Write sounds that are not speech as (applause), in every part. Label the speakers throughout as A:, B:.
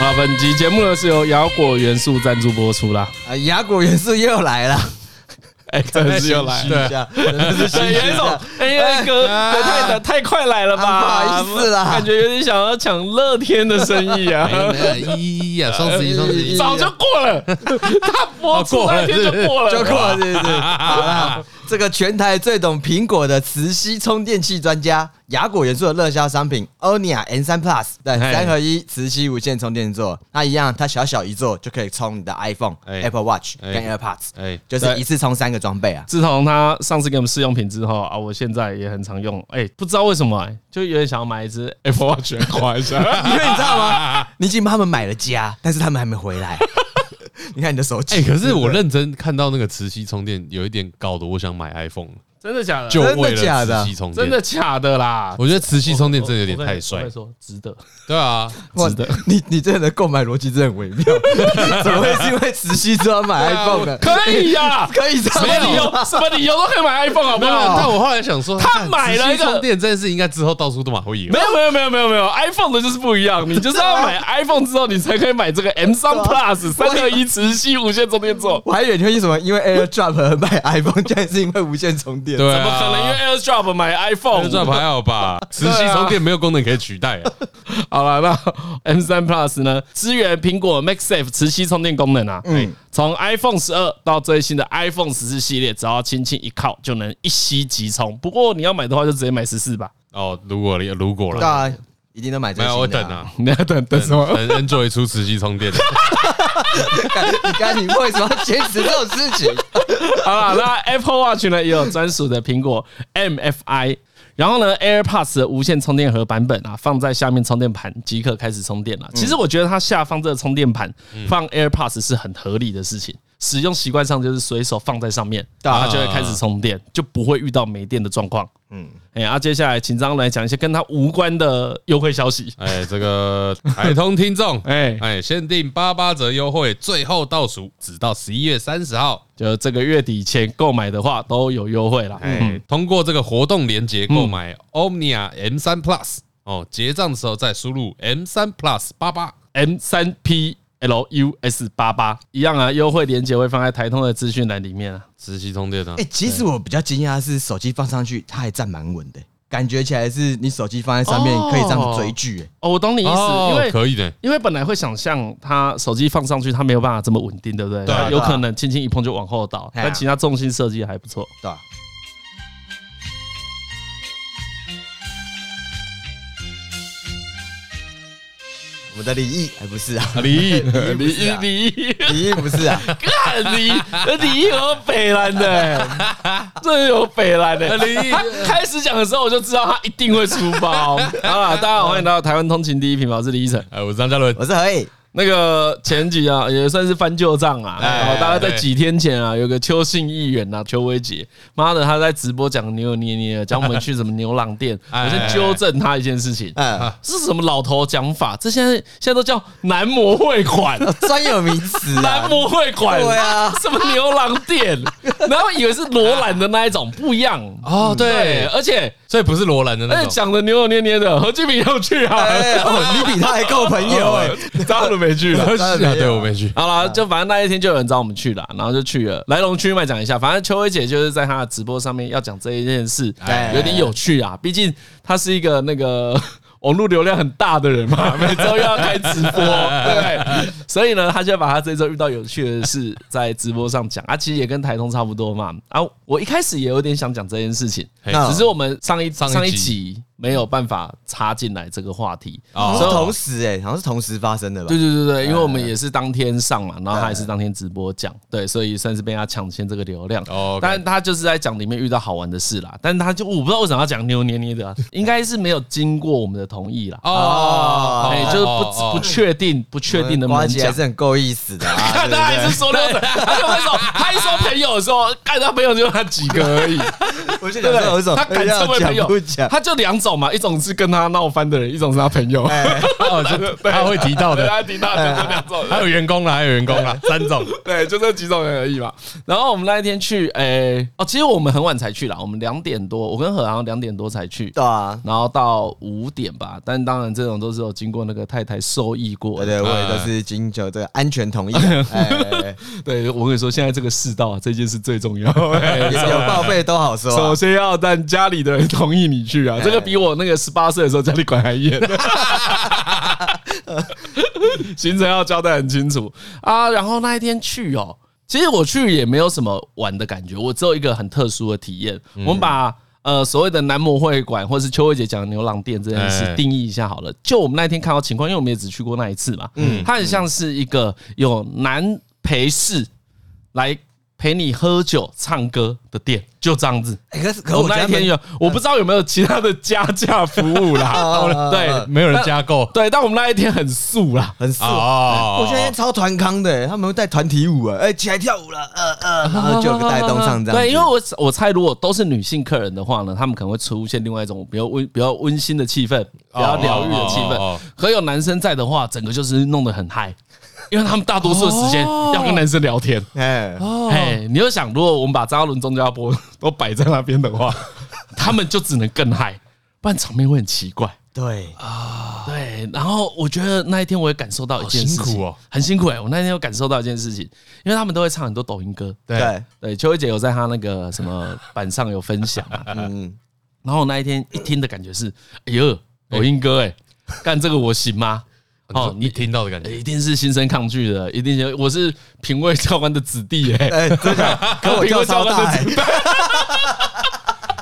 A: 啊，本集节目呢是由摇果元素赞助播出啦。
B: 啊，雅果元素又来了，
A: 哎，真的是又来了，
B: 了，真的是心
A: 对，有一种
B: 虚
A: 哎呀，哥
B: 哎
A: 哥太的太快来了吧？
B: 啊不好意思啦
A: 感觉有点想要抢乐天的生意
B: (laughs)
A: 啊
B: 哎
C: 没。有没有，一一一啊，双十一，双十一，
A: 早就过了，他播出那天就过了，
B: 就哦过了，是不是？好了，这个全台最懂苹果的磁吸充电器专家，雅果元素的热销商品 Onia N 3 Plus，对，
C: 哎
B: 三合一磁吸无线充电座，那一样，它小小一座就可以充你的 iPhone、
C: 哎
B: Apple Watch 跟
C: 哎
B: AirPods，
C: 哎，
B: 就是一次充三个装备啊。
A: 自从他上次给我们试用品之后啊，我现在也很常用。哎、不知道为什么、哎，就有点想要买一只 Apple Watch 来夸一下。
B: 因为你知道吗？你已经帮他们买了家，但是他们还没回来。 (laughs) 你看你的手
C: 哎，
B: 机，
C: 可是我认真看到那个磁吸充电有一点搞得我想买
A: (laughs)
C: iPhone，
A: 啊真的假的？
C: 就
B: 真
C: 为
B: 的假
C: 了
B: 的
C: 磁吸充电，
A: 真的，假的啦？
C: 我觉得磁吸充电真的有点太帅
A: 我跟你，说，值得。
C: 对啊，
B: 哇，你你这人的购买逻辑真的很微妙， (laughs) 怎么会是因为磁吸就要买
C: 啊
B: iPhone 呢？
A: 可以呀、
B: 可以这
A: 什么理
B: 样
A: 由？
B: 吗？
A: 什么理由都可以买 iPhone 好不
C: 没有，但
A: 好？
C: 我后来想说，
A: 他
C: 干
A: 买了一个
C: 磁吸充电这件事，应该之后到处都买会有
A: 没。有没有没有没有没有，iPhone 的就是不一样，你就是要 (laughs) 买 iPhone 之后，你才可以买这个 M 3 Plus 三合一磁吸无线充电座。
B: 我还以为你会因什么，因为 AirDrop 而买 iPhone，竟然 (laughs) 是因为无线充电。
C: 对
A: 怎么
C: 啊，
A: 可能因为 AirDrop 买 iPhone？
C: 这还好吧？
A: 啊
C: 磁吸充电没有功能可以取代
A: (laughs)
C: 啊。
A: 好了，那 M 3 Plus 呢，支援苹果 MagSafe 磁吸充电功能啊。嗯，从 iPhone 十二到最新的 iPhone 十四系列，只要轻轻一靠就能一吸即充。不过你要买的话，就直接买十四吧。
C: 哦，如果如果
B: 对
C: 了，
B: 啊，一定都买最
C: 没有
B: 新
C: 我
B: 的
C: 等。啊，
A: 你要 (laughs) 等等什么？
C: 等 Android 出磁吸
A: (laughs)
C: 充电的。
B: (laughs) 干你看你为什么要坚持这种事情？ (laughs)
A: 好了，那 Apple Watch 呢也有专属的苹果 MFI。然后呢，AirPods 的无线充电盒版本啊，放在下面充电盘即可开始充电
C: 嗯
A: 了。其实我觉得它下方这个充电盘放 AirPods 是很合理的事情，使用习惯上就是随手放在上面，
C: 啊
A: 它就会开始充电，就不会遇到没电的状况。嗯，哎，啊，接下来请张来讲一些跟它无关的优惠消息。
C: 哎，这个台通听众，
A: 哎
C: 哎哎，限定八八折优惠，最后倒数，只到十一月三十号。
A: 就这个月底前购买的话都有优惠啦。
C: 哎，通过这个活动链接购买 Omnia M 3 Plus 哦，结账的时候再输入 M 3 Plus 八八。
A: M 三 P L U S 八八一样啊，优惠链接会放在台通的资讯栏里面啊。
C: 磁吸充电啊
B: 哎，，其实我比较惊讶的是，手机放上去它还站蛮稳的，感觉起来是你手机放在上面
A: 哦
B: 可以这样子追剧。哎
A: 哦，我懂你意思，
C: 哦
A: 因为
C: 可以的，
A: 因为本来会想象它手机放上去，它没有办法这么稳定，对不对？
C: 对啊
A: 它有可能轻轻一碰就往后倒，
B: 对啊
A: 但其他重心设计还不错。
B: 对吧？我们的李毅还不是啊，
A: 李
B: 不
A: 李
B: 是啊
A: 李李
B: 李毅不是啊，
A: (laughs) 李李有北兰的、 (laughs) 欸，这有北兰的、
C: 李
A: 他开始讲的时候，我就知道他一定会出包。好啦，大家好，欢迎来到台湾通勤第一品牌，我是李依晨。
C: 哎，我是张嘉伦，
B: 我是何毅。
A: 那个前几啊，也算是翻旧账啊。
C: 哎
A: 然后大概在几天前啊，有个邱姓议员啊，邱威杰，妈的，他在直播讲扭扭捏捏，讲我们去什么牛郎店，
C: 哎
A: 我先纠正他一件事情，
B: 嗯，
A: 是什么老头讲法？这现在现在都叫男模汇款，
B: 专有名词
A: 男
B: 啊，
A: 模汇款，
B: 对啊，
A: 什么牛郎店，然后以为是罗兰的那一种，不一样
C: 哦对
A: 而且
C: 所以不是罗兰的
A: 而
C: 那
A: 且
C: 种。
A: 讲的扭扭捏捏的，何俊明有去啊，
B: 哎，哦，你比他还够朋友
A: 哦
B: 哎，
A: 张翰伦没去了。
C: 是啊，对我没去。
A: 好啦，就反正那一天就有人找我们去了，然后就去了。来龙去脉讲一下，反正秋薇姐就是在她的直播上面要讲这一件事，
B: 哎
A: 有点有趣啊。毕竟她是一个那个 (laughs) 网络流量很大的人
C: (laughs)
A: 嘛，每周又要开直播，对不对？所以呢，她就把她这周遇到有趣的事在直播上讲啊，其实也跟台通差不多嘛。啊，我一开始也有点想讲这件事情，
C: 嘿
B: 那
A: 只是我们上一
C: 上一集
A: 上一集没有办法插进来这个话题，
B: 好
C: 哦
B: 像是同时哎，好像是同时发生的吧
A: 对？对对
C: 哎
A: 对，因为我们也是当天上嘛，然后他也是当天直播讲，对，所以算是被他抢先这个流量。
C: 哦，OK
A: 但他就是在讲里面遇到好玩的事啦，但他就我不知道为什么要讲扭扭捏捏的啊，应该是没有经过我们的同意啦，
B: 啊
C: 哦
A: 哎，就是不不确定不确定能不
B: 瓜
A: 能
B: 吉还
A: 讲
B: 是。很够意思的啊，
A: 看 (laughs) 他还是说溜嘴，他就会说，他一说朋友的时候，看他朋友就那几个而已，
B: (laughs) 我就
A: 对
B: 想
A: 不
B: 说，
A: 对？
B: 我说哎
A: 他敢成为朋
B: 要
A: 友
B: 讲不，讲？
A: 他就两种嘛，一种是跟他闹翻的人，一种是他朋友。
B: 哎
C: (laughs) 哦，就他会提到
A: (laughs) 对，
C: 的，哎
A: 他提到就这两种人。
C: 还有员工啦，还有员工啦，三种。
A: (laughs) 对，就这几种人而已嘛。然后我们那一天去，诶、哦，其实我们很晚才去啦，我们两点多，我跟何航两点多才去，
B: 对啊，
A: 然后到五点吧。但当然，这种都是有经过那个太太授意过
B: 对
A: 的。
B: 对，我也都是经求这个安全同意啊，
A: (laughs)
B: 哎哎
A: 对，我跟你说，现在这个世道啊，这件事最重要。 (laughs)
B: 哎有有报备都好说
A: 首
B: 啊，
A: 先要但家里的人同意你去啊，这个比我那个十八岁的时候家里管还严。行程要交代很清楚啊，然后那一天去哦，其实我去也没有什么玩的感觉，我只有一个很特殊的体验。我们把呃所谓的男模会馆或是秋慧姐讲的牛郎店这件事
C: 哎
A: 定义一下好了。就我们那天看到情况，因为我们也只去过那一次嘛，嗯，它很像是一个有男陪侍来陪你喝酒唱歌的店，就这样子。
B: 哎可是可
A: 我
B: 我
A: 那一
B: 觉得没
A: 天有，我不知道有没有其他的加价服
B: (laughs)
A: 务 (laughs)
B: 啊
A: 啦。对
C: 哎没有人加购
A: 对，但我们那一天很素啦。
B: 很素。
C: 哦
B: 我觉得那天超团康的，欸他们会带团体舞，哎，起来跳舞了，呃呃，然后就有个带动唱
A: (laughs)
B: 这样子。
A: 对，因为我我猜，如果都是女性客人的话呢，他们可能会出现另外一种比较温、比较温馨的气氛，比较疗愈的气
C: 哦哦哦
A: 氛
C: 哦。
A: 可有男生在的话，整个就是弄得很嗨，因为他们大多数的时间
B: 哦
A: 要跟男生聊天。
B: 哎，
A: 哎，你就想，如果我们把张嘉伦、钟家波 (laughs) 都摆在那边的话，他们就只能更嗨，不然场面会很奇怪。
B: 对，
A: 对，然后我觉得那一天我也感受到一件事情，
C: 好辛苦哦
A: 很辛苦哎、我那天有感受到一件事情，因为他们都会唱很多抖音歌，
B: 对，
A: 对，秋叶姐有在她那个什么板上有分享
C: (laughs)
A: 嘛，
B: 嗯，
A: 然后我那一天一听的感觉是，哎呦，抖音歌哎、干这个我行吗？哦
C: (laughs) 哦，你听到的感觉
A: 一定是心生抗拒的，一定是我是评委教官的子弟哎、
B: 哎，
A: (laughs)
B: 真的，可我
A: 评
B: 叫
A: 委教
B: 超
A: 官
B: 大
A: 的子，
B: 哎
A: 弟，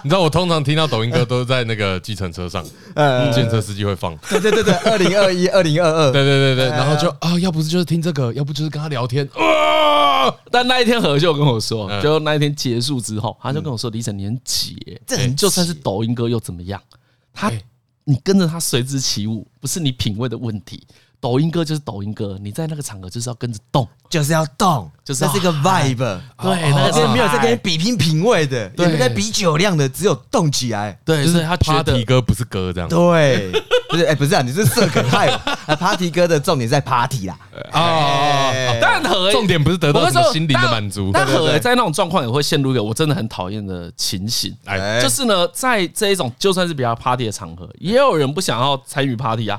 C: 你知道我通常听到抖音歌都是在那个计程车上，嗯，计程车司机会放。
B: 对对对对，二零二一、二零二二，
C: 对对对对，然后就啊，要不是就是听这个，要不就是跟他聊天啊。
A: 但那一天何秀跟我说，
C: 嗯
A: 就那一天结束之后，他就跟我说：“李晨，你很挤耶、欸
B: 这很挤
A: 就算是抖音歌又怎么样？他
C: 哎
A: 你跟着他随之起舞，不是你品味的问题。抖音歌就是抖音歌，你在那个场合就是要跟着动。
B: 就是要动，
A: 就是哎
B: 这是一个 vibe。
A: 对，
B: 那
A: 那
B: 个是
A: 个
B: 没有在跟人比拼品味的，也
A: 对
B: 没在比酒量的，只有动起来。
A: 对，所以他觉
C: party
A: 得
C: 歌不是歌这
B: (laughs)
C: 样
B: 对，不是哎，不是啊，你是社梗派嘛 (laughs) 啊，party 哥的重点在 party 啦。
C: 啊。
B: 哎
A: 但何
C: 重点不是得到什么心灵的满足，
A: 但
B: 对对
A: 何
B: 对
A: 在那种状况也会陷入一个我真的很讨厌的情形。
C: 哎，
B: 哎，
A: 就是呢，在这一种就算是比较 party 的场合，也有人不想要参与 party 啊，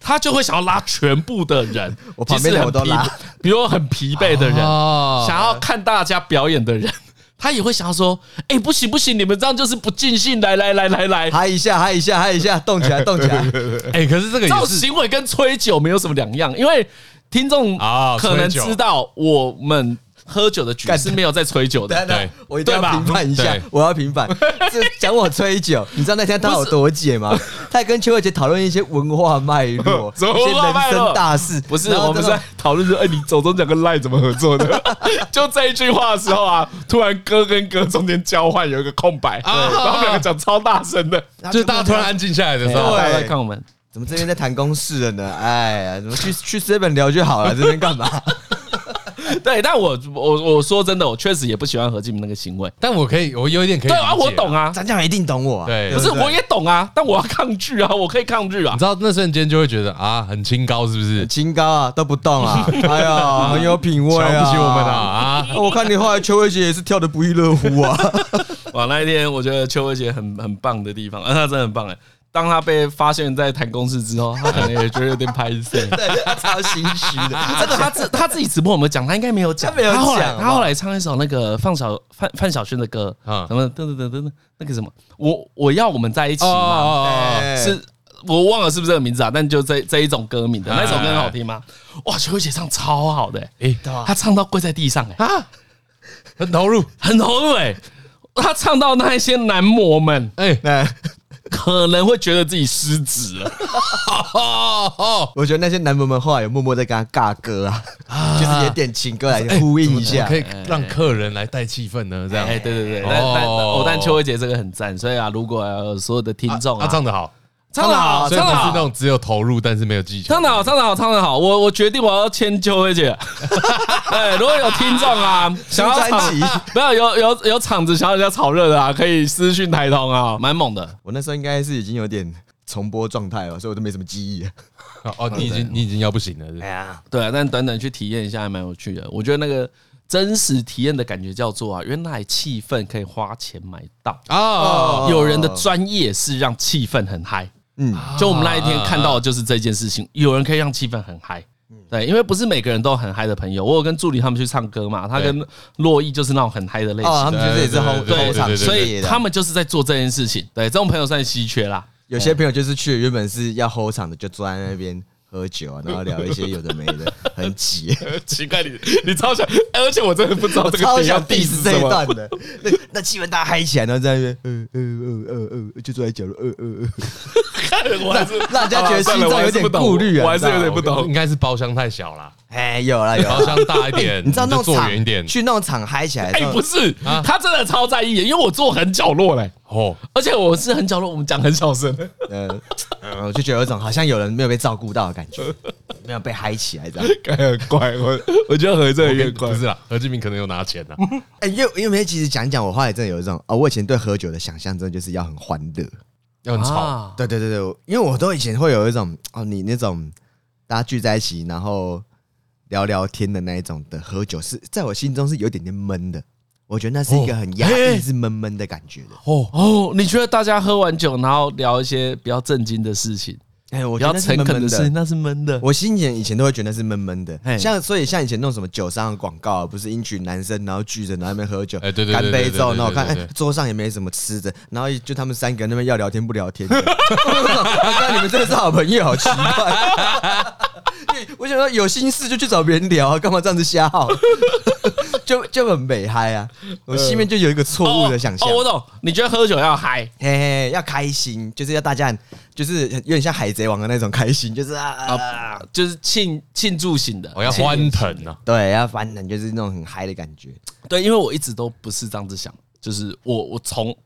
A: 他就会想要拉全部的人
B: (laughs) 我旁边的我都
A: 即
B: 拉
A: 使很疲，比如很疲惫的人，
C: 哦
A: 想要看大家表演的人，他也会想要说，哎，不行不行，你们这样就是不尽兴，来来来来来，
B: 嗨一下，嗨一下，嗨一下，动起来，动起来。
C: (laughs) 哎，可是这个
A: 这
C: 也
A: 种
C: 是
A: 行为跟吹酒没有什么两样，因为听众
C: 啊
A: 可能
C: 吹酒
A: 知道我们喝酒的局
B: 干
A: 是没有在吹酒的
B: (laughs) 等一下，等一
C: 对
B: 下我一定要
A: 对吧
B: 平反一下
C: 对，
B: 我要平反。这讲我吹酒，你知道那天他有多解吗？他跟邱慧姐讨论一些文化脉络，
A: 什么
B: 一些
A: 文化脉
B: 人
A: 络
B: 生大事。
A: 不是，
B: 然后
A: 我们
B: 这种
A: 在讨论说，哎、你走中奖跟赖怎么合作 (laughs) 的？就这一句话的时候啊，突然歌跟歌中间交换有一个空白，然后我们两个讲超大声的，
C: 就是大家突然安静下来的时候
B: 对，
A: 大家在看我们。
B: 怎么这边在谈公事了呢？哎呀，怎么去去 seven 聊就好了，这边干 (laughs) 嘛？
A: 对，但我我我说真的，我确实也不喜欢何进明那个行为。
C: 但我可以，我有一点可以
A: 对
C: 理解
A: 啊，我懂。啊，
B: 张家人一定懂我啊。
C: 对
A: 不是
B: 对对
A: 我也懂啊，但我要抗拒啊，我可以抗拒啊
C: 你。知道那瞬间就会觉得啊，很清高是不是？
B: 清高啊，都不动啊，
C: (laughs)
B: 哎呀，很有品味
C: 瞧
B: 啊，哎
C: 不起我 (laughs) 们啊！啊！
B: 我看你后来邱慧姐也是跳的不亦乐乎
C: (laughs)
B: 啊，
A: 哇，那一天我觉得秋薇姐很很棒的地方，啊，她真的很棒哎、当她被发现在谈公事之后，她可能也觉得有点拍碎。
B: 对，她超心虚 (laughs) 的，
A: 啊这个他自他自己直播我们讲，他应该没有讲，
B: 他没有讲
A: 后来
B: 好不好
A: 他后来唱一首那个范晓范范晓萱的歌，
C: 嗯
A: 什么噔噔噔噔噔，那个什么，我我要我们在一起
C: 哦
A: 嘛，
C: 哦哦，
B: 哎
A: 是我忘了是不是这个名字啊？但就这这一种歌名的
C: 哎
A: 那首歌很好听吗？哇，秋姐唱超好的、欸，
C: 哎，
A: 她唱到跪在地上、欸，
C: 很投入，
A: 很投入、欸，她唱到那一些男模们
C: 哎，
B: 哎，
A: 可能会觉得自己失职了，
C: 哦哦，
B: 我觉得那些男朋友们后来有默默在跟他尬歌啊，就是也点情歌来
C: 哎
B: 呼应一下
C: 可。以让客人来带气氛呢，这样
A: 哎、。对对对，但但
C: 哦
A: 哦，但秋姐这个很赞，所以啊，如果、呃所有的听众
C: 他
A: 啊
C: 唱的好，
A: 唱得好，
C: 所以
A: 唱
C: 不
A: 得
C: 是那
A: 好，
C: 种只有投入但是没有技巧
A: 唱。得好，唱得好，唱得好。我我决定我要签秋薇姐。 (laughs) 哎，如果有听众
B: (laughs)
A: 啊，想要
B: 出专辑
A: 场， (laughs) 没有有有有场子想要人家炒热的啊，可以私讯台通啊，蛮猛的。
B: 我那时候应该是已经有点重播状态了，所以我都没什么记忆了。
C: 哦，你已经你已经要不行了，是不是
B: 呀，
A: 对啊，但短短去体验一下还蛮有趣的。我觉得那个真实体验的感觉叫做啊，原来气氛可以花钱买到。
C: 哦，
A: 有人的专业是让气氛很嗨，
B: 嗯，
A: 就我们那一天看到的就是这件事情，有人可以让气氛很嗨。
B: 嗯
A: 对，因为不是每个人都很嗨的朋友。我有跟助理他们去唱歌嘛，他跟洛伊就是那种很嗨的类
B: 哦，
A: 型
B: 他，们其实也是后
C: 对
B: 后场
C: 对对对对
A: 所
B: 系
A: 以
B: 列的，
A: 他们就是在做这件事情。对，这种朋友算稀缺啦。
B: 有些朋友就是去原本是要后场的，就坐在那边喝酒啊，然后聊一些有的没
C: (laughs)
B: 的，很挤。
A: (laughs) 奇怪，你你超想，而且我真的不知道
B: 我超想 diss 这一
A: (laughs)
B: 段的，那那气氛大家嗨起来，然后在那边呃呃呃呃呃，就坐在角落呃呃呃，
A: 我还是
B: 让人家觉得心脏有点顾虑啊，
A: 我还是有点不懂。
C: 应该是包厢太小啦，
B: 哎，有了有
C: 包
B: 了，
C: 厢大一
A: (laughs)
C: 点，
B: 你知道那
C: 就
B: 种
C: 坐
B: 场
C: 远一点。
B: 去那种场嗨起来，
A: 哎、不是，
C: 啊
A: 他真的超在意的，因为我坐很角落嘞、
C: 哦，
A: 而且我是很角落，我们讲很小声。
B: 呃，呃我就觉得有一种好像有人没有被照顾到的感觉，没有被嗨起来这 (laughs) 样。
A: (laughs) 该很乖，我我觉得何
C: 我
A: 振
C: 跟不是啦，何志明可能有拿钱啦。啊
B: 哎，因为因为其实讲一讲，我后来真的有一种哦，我以前对喝酒的想象真的就是要很欢乐，
C: 要很吵。
A: 啊，
B: 对对对对，我因为我都以前会有一种哦，你那种大家聚在一起，然后聊聊天的那一种的喝酒，是在我心中是有点点闷的。我觉得那是一个很压
A: 哦嘿
B: 抑、是闷闷的感觉的。
A: 哦哦，你觉得大家喝完酒，然后聊一些比较正经的事情，
B: 哎，我
A: 比
B: 觉
A: 较
B: 得那是
A: 诚
B: 闷
A: 恳
B: 闷
A: 的哦事情，
B: 的。
A: 那是闷的。
B: (laughs) 我心前以前都会觉得那是闷闷的，
A: 嘿
B: 像所以像以前那种什么酒商的广告、啊，不是一群男生然后聚着，然后在那边喝酒，
C: 哎对对对
B: 干杯之后，
C: 对对对
B: 然后我看
C: 对
B: 哎
C: 对对
B: 桌上也没什么吃的，然后就他们三个人那边要聊天不聊天的，我看你们真的是好朋友，好奇怪。 (laughs) 我想说有心事就去找别人聊啊，干嘛这样子瞎耗？ (laughs) 就就很美嗨啊！我心里面就有一个错误的想象
A: 哦，，我懂。你觉得喝酒要嗨，
B: 嘿嘿，要开心，就是要大家很就是很有点像海贼王的那种开心，就是啊啊啊
A: 就是庆庆祝型的
C: 我。要欢腾啊！
B: 对，要翻腾就是那种很嗨的感觉。
A: 对，因为我一直都不是这样子想，就是我我从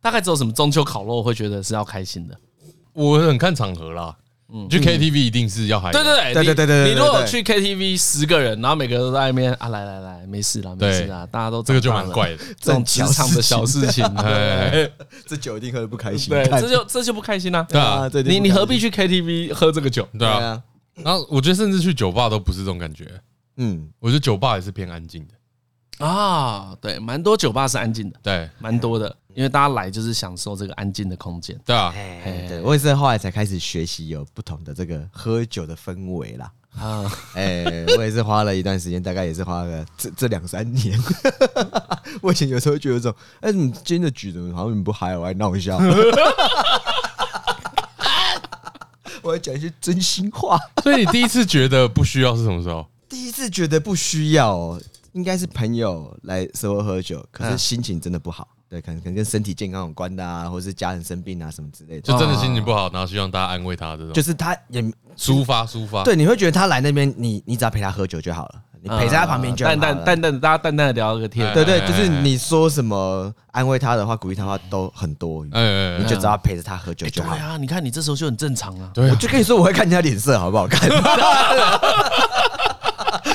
A: 大概只有什么中秋烤肉，我会觉得是要开心的。
C: 我很看场合啦，你去 KTV 一定是要嗨的。
A: 对对
B: 哎对对对对对
A: 你你如果
B: 对
A: 去 KTV 十个人，然后每个人都在那边啊，来来来，没事啦，没事啦，大家都
C: 这个就
A: 长大
C: 蛮
A: 了
C: 怪的。
A: 这种职场的小事情， (laughs)
C: 哎，
B: (laughs) 这酒一定喝的不开心，
A: 对，
B: 看
A: 这就这就不开心啦。
C: 对啊，
B: 这一定
A: 你
B: 不
A: 你
B: 开
A: 何
B: 心
A: 必去 KTV 喝这个酒？
C: (laughs) 对
B: 对
C: 啊。
B: 啊？
C: 然后我觉得甚至去酒吧都不是这种感觉，
B: 嗯，
C: 我觉得酒吧也是偏安静的。
A: 啊，对，蛮多酒吧是安静的，
C: 对
A: 蛮多的，因为大家来就是享受这个安静的空间。
C: 对啊，
B: 哎，对我也是后来才开始学习有不同的这个喝酒的氛围啦。
A: 啊，
B: 哎，我也是花了一段时间，大概也是花了这这两三年。 (laughs) 我以前有时候觉得这种，哎，你今天的局怎么好像你不嗨，我还闹一 (laughs) 下。我要讲一些真心话。
C: 所以你第一次觉得不需要是什么时 (laughs) 候？
B: 第一次觉得不需要、哦，应该是朋友来时候喝
C: 嗯
B: 酒，可是心情真的不好。对，可能可能跟身体健康有关的啊，或是家人生病啊什么之类的。
C: 就
B: 就
C: 真的心情不好，然后希望大家安慰他这种，
B: 就是他也
C: 抒发抒发。
B: 对，你会觉得他来那边，你你只要陪他喝酒就好了，你陪在他旁边就好
A: 淡
C: 嗯
B: 了。
A: 淡淡淡的，大家淡淡的聊个天。
C: 哎
B: 对对，就是你说什么安慰他的话、鼓励他的话都很多余，
C: 哎，哎
B: 你
C: 哎，
B: 就只要陪着他喝酒就
A: 对
B: 好。
A: 啊，你看你这时候就很正常啊。
C: 对
B: 我
C: 啊，
B: 就跟你说，我会看人家脸色好不好
C: (laughs)
B: 看。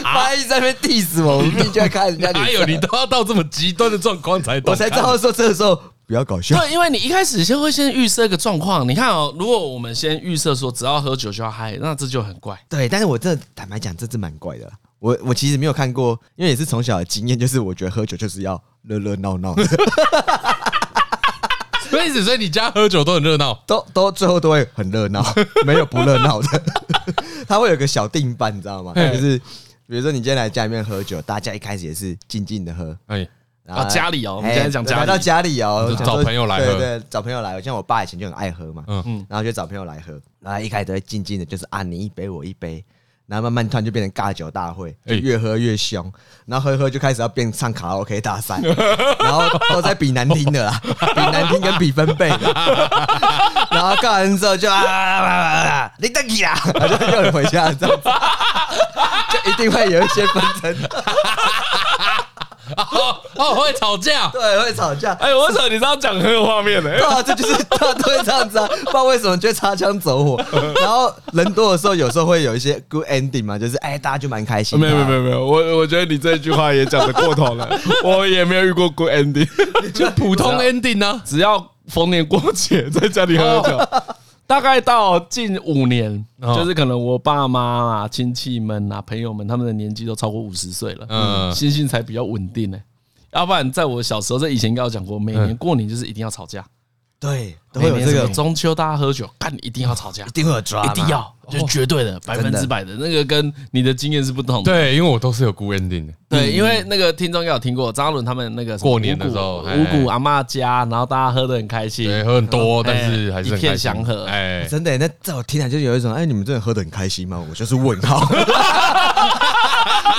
B: 他一直在那边 diss 我，我必须要看人家脸
C: 哎
B: 色。
C: 呦，你都要到这么极端的状况才懂，
B: 我才知道说这个时候不要搞笑。
A: 对，因为你一开始先会先预设一个状况，你看哦，如果我们先预设说只要喝酒就要嗨，那这就很怪。
B: 对，但是我这坦白讲，这只蛮怪的啦。我我其实没有看过，因为也是从小的经验，就是我觉得喝酒就是要热热闹闹的， (laughs)
C: 所以所以你家喝酒都很热闹，
B: 都都最后都会很热闹，没有不热闹的。 (laughs) 他会有个小定班，你知道吗？
C: 嘿
B: 就是比如说你今天来家里面喝酒，大家一开始也是静静的喝，
C: 哎，
B: 然后
A: 啊家里哦我们
B: 哎
A: 现在讲家里
B: 来到家里哦，
C: 就
B: 想
C: 找
B: 说
C: 朋友来喝
B: 对对，找朋友来。像我爸以前就很爱喝嘛，
C: 嗯
B: 嗯，然后就找朋友来喝，然后一开始都会静静的，就是啊你一杯我一杯，然后慢慢突然就变成尬酒大会，就
C: 哎
B: 越喝越凶，然后喝一喝就开始要变唱卡拉 OK 大赛，然后都在比难听的啦，比难听跟比分贝的， (laughs) 然后干完之后就啊啊啊啊啊，你等你啦，然后就又人回家这样子，就一定会有一些纷争。
C: 哦哦，会吵架。
B: 对，会吵架。
A: 哎，我操，你知道讲很有画面的、
B: (laughs) 对啊，这就是他都会这样子啊，不知道为什么就会擦枪
A: (laughs)
B: 走火。然后人多的时候，有时候会有一些 good ending 嘛，就是哎，大家就蛮开心的
A: 没
B: 啊。
A: 有没有没有没有，我我觉 (laughs) 得你这句话也讲得过头
C: (laughs)
A: 了，我也没有遇过 good ending，
C: 就普通 ending 呢、
A: 啊只要逢年过节 (laughs) 在家里喝酒，大概到近五年，
C: 哦
A: 就是可能我爸妈啊、亲戚们啊、朋友们，他们的年纪都超过五十岁了，
C: 嗯
A: 嗯，心性才比较稳定呢、要不然，在我小时候，这以前应该有讲过，每
C: 嗯
A: 年过年就是一定要吵架，
B: 对，都
A: 每
B: 会有
A: 年
B: 这
A: 什
B: 个
A: 么，中秋大家喝酒，干一定要吵架
C: 嗯
B: 一，定会有抓，
A: 一定。要，
C: 哦
A: 就是绝对的，百分之百的那个跟你的经验是不同的。
C: 对，因为我都是有 good ending 的。
A: 对，因为那个听众应该有听过张嘉伦他们那个什么
C: 过年的时候
A: 五
C: 哎
A: 谷五谷阿嬷家，然后大家喝得很开心，
C: 对，喝很多，但是还是很
A: 哎一片
C: 开心
A: 祥和
C: 哎，
B: 真的，那在我听来就有一种，哎，你们真的喝得很开心吗？我就是问
A: (laughs)
B: 号。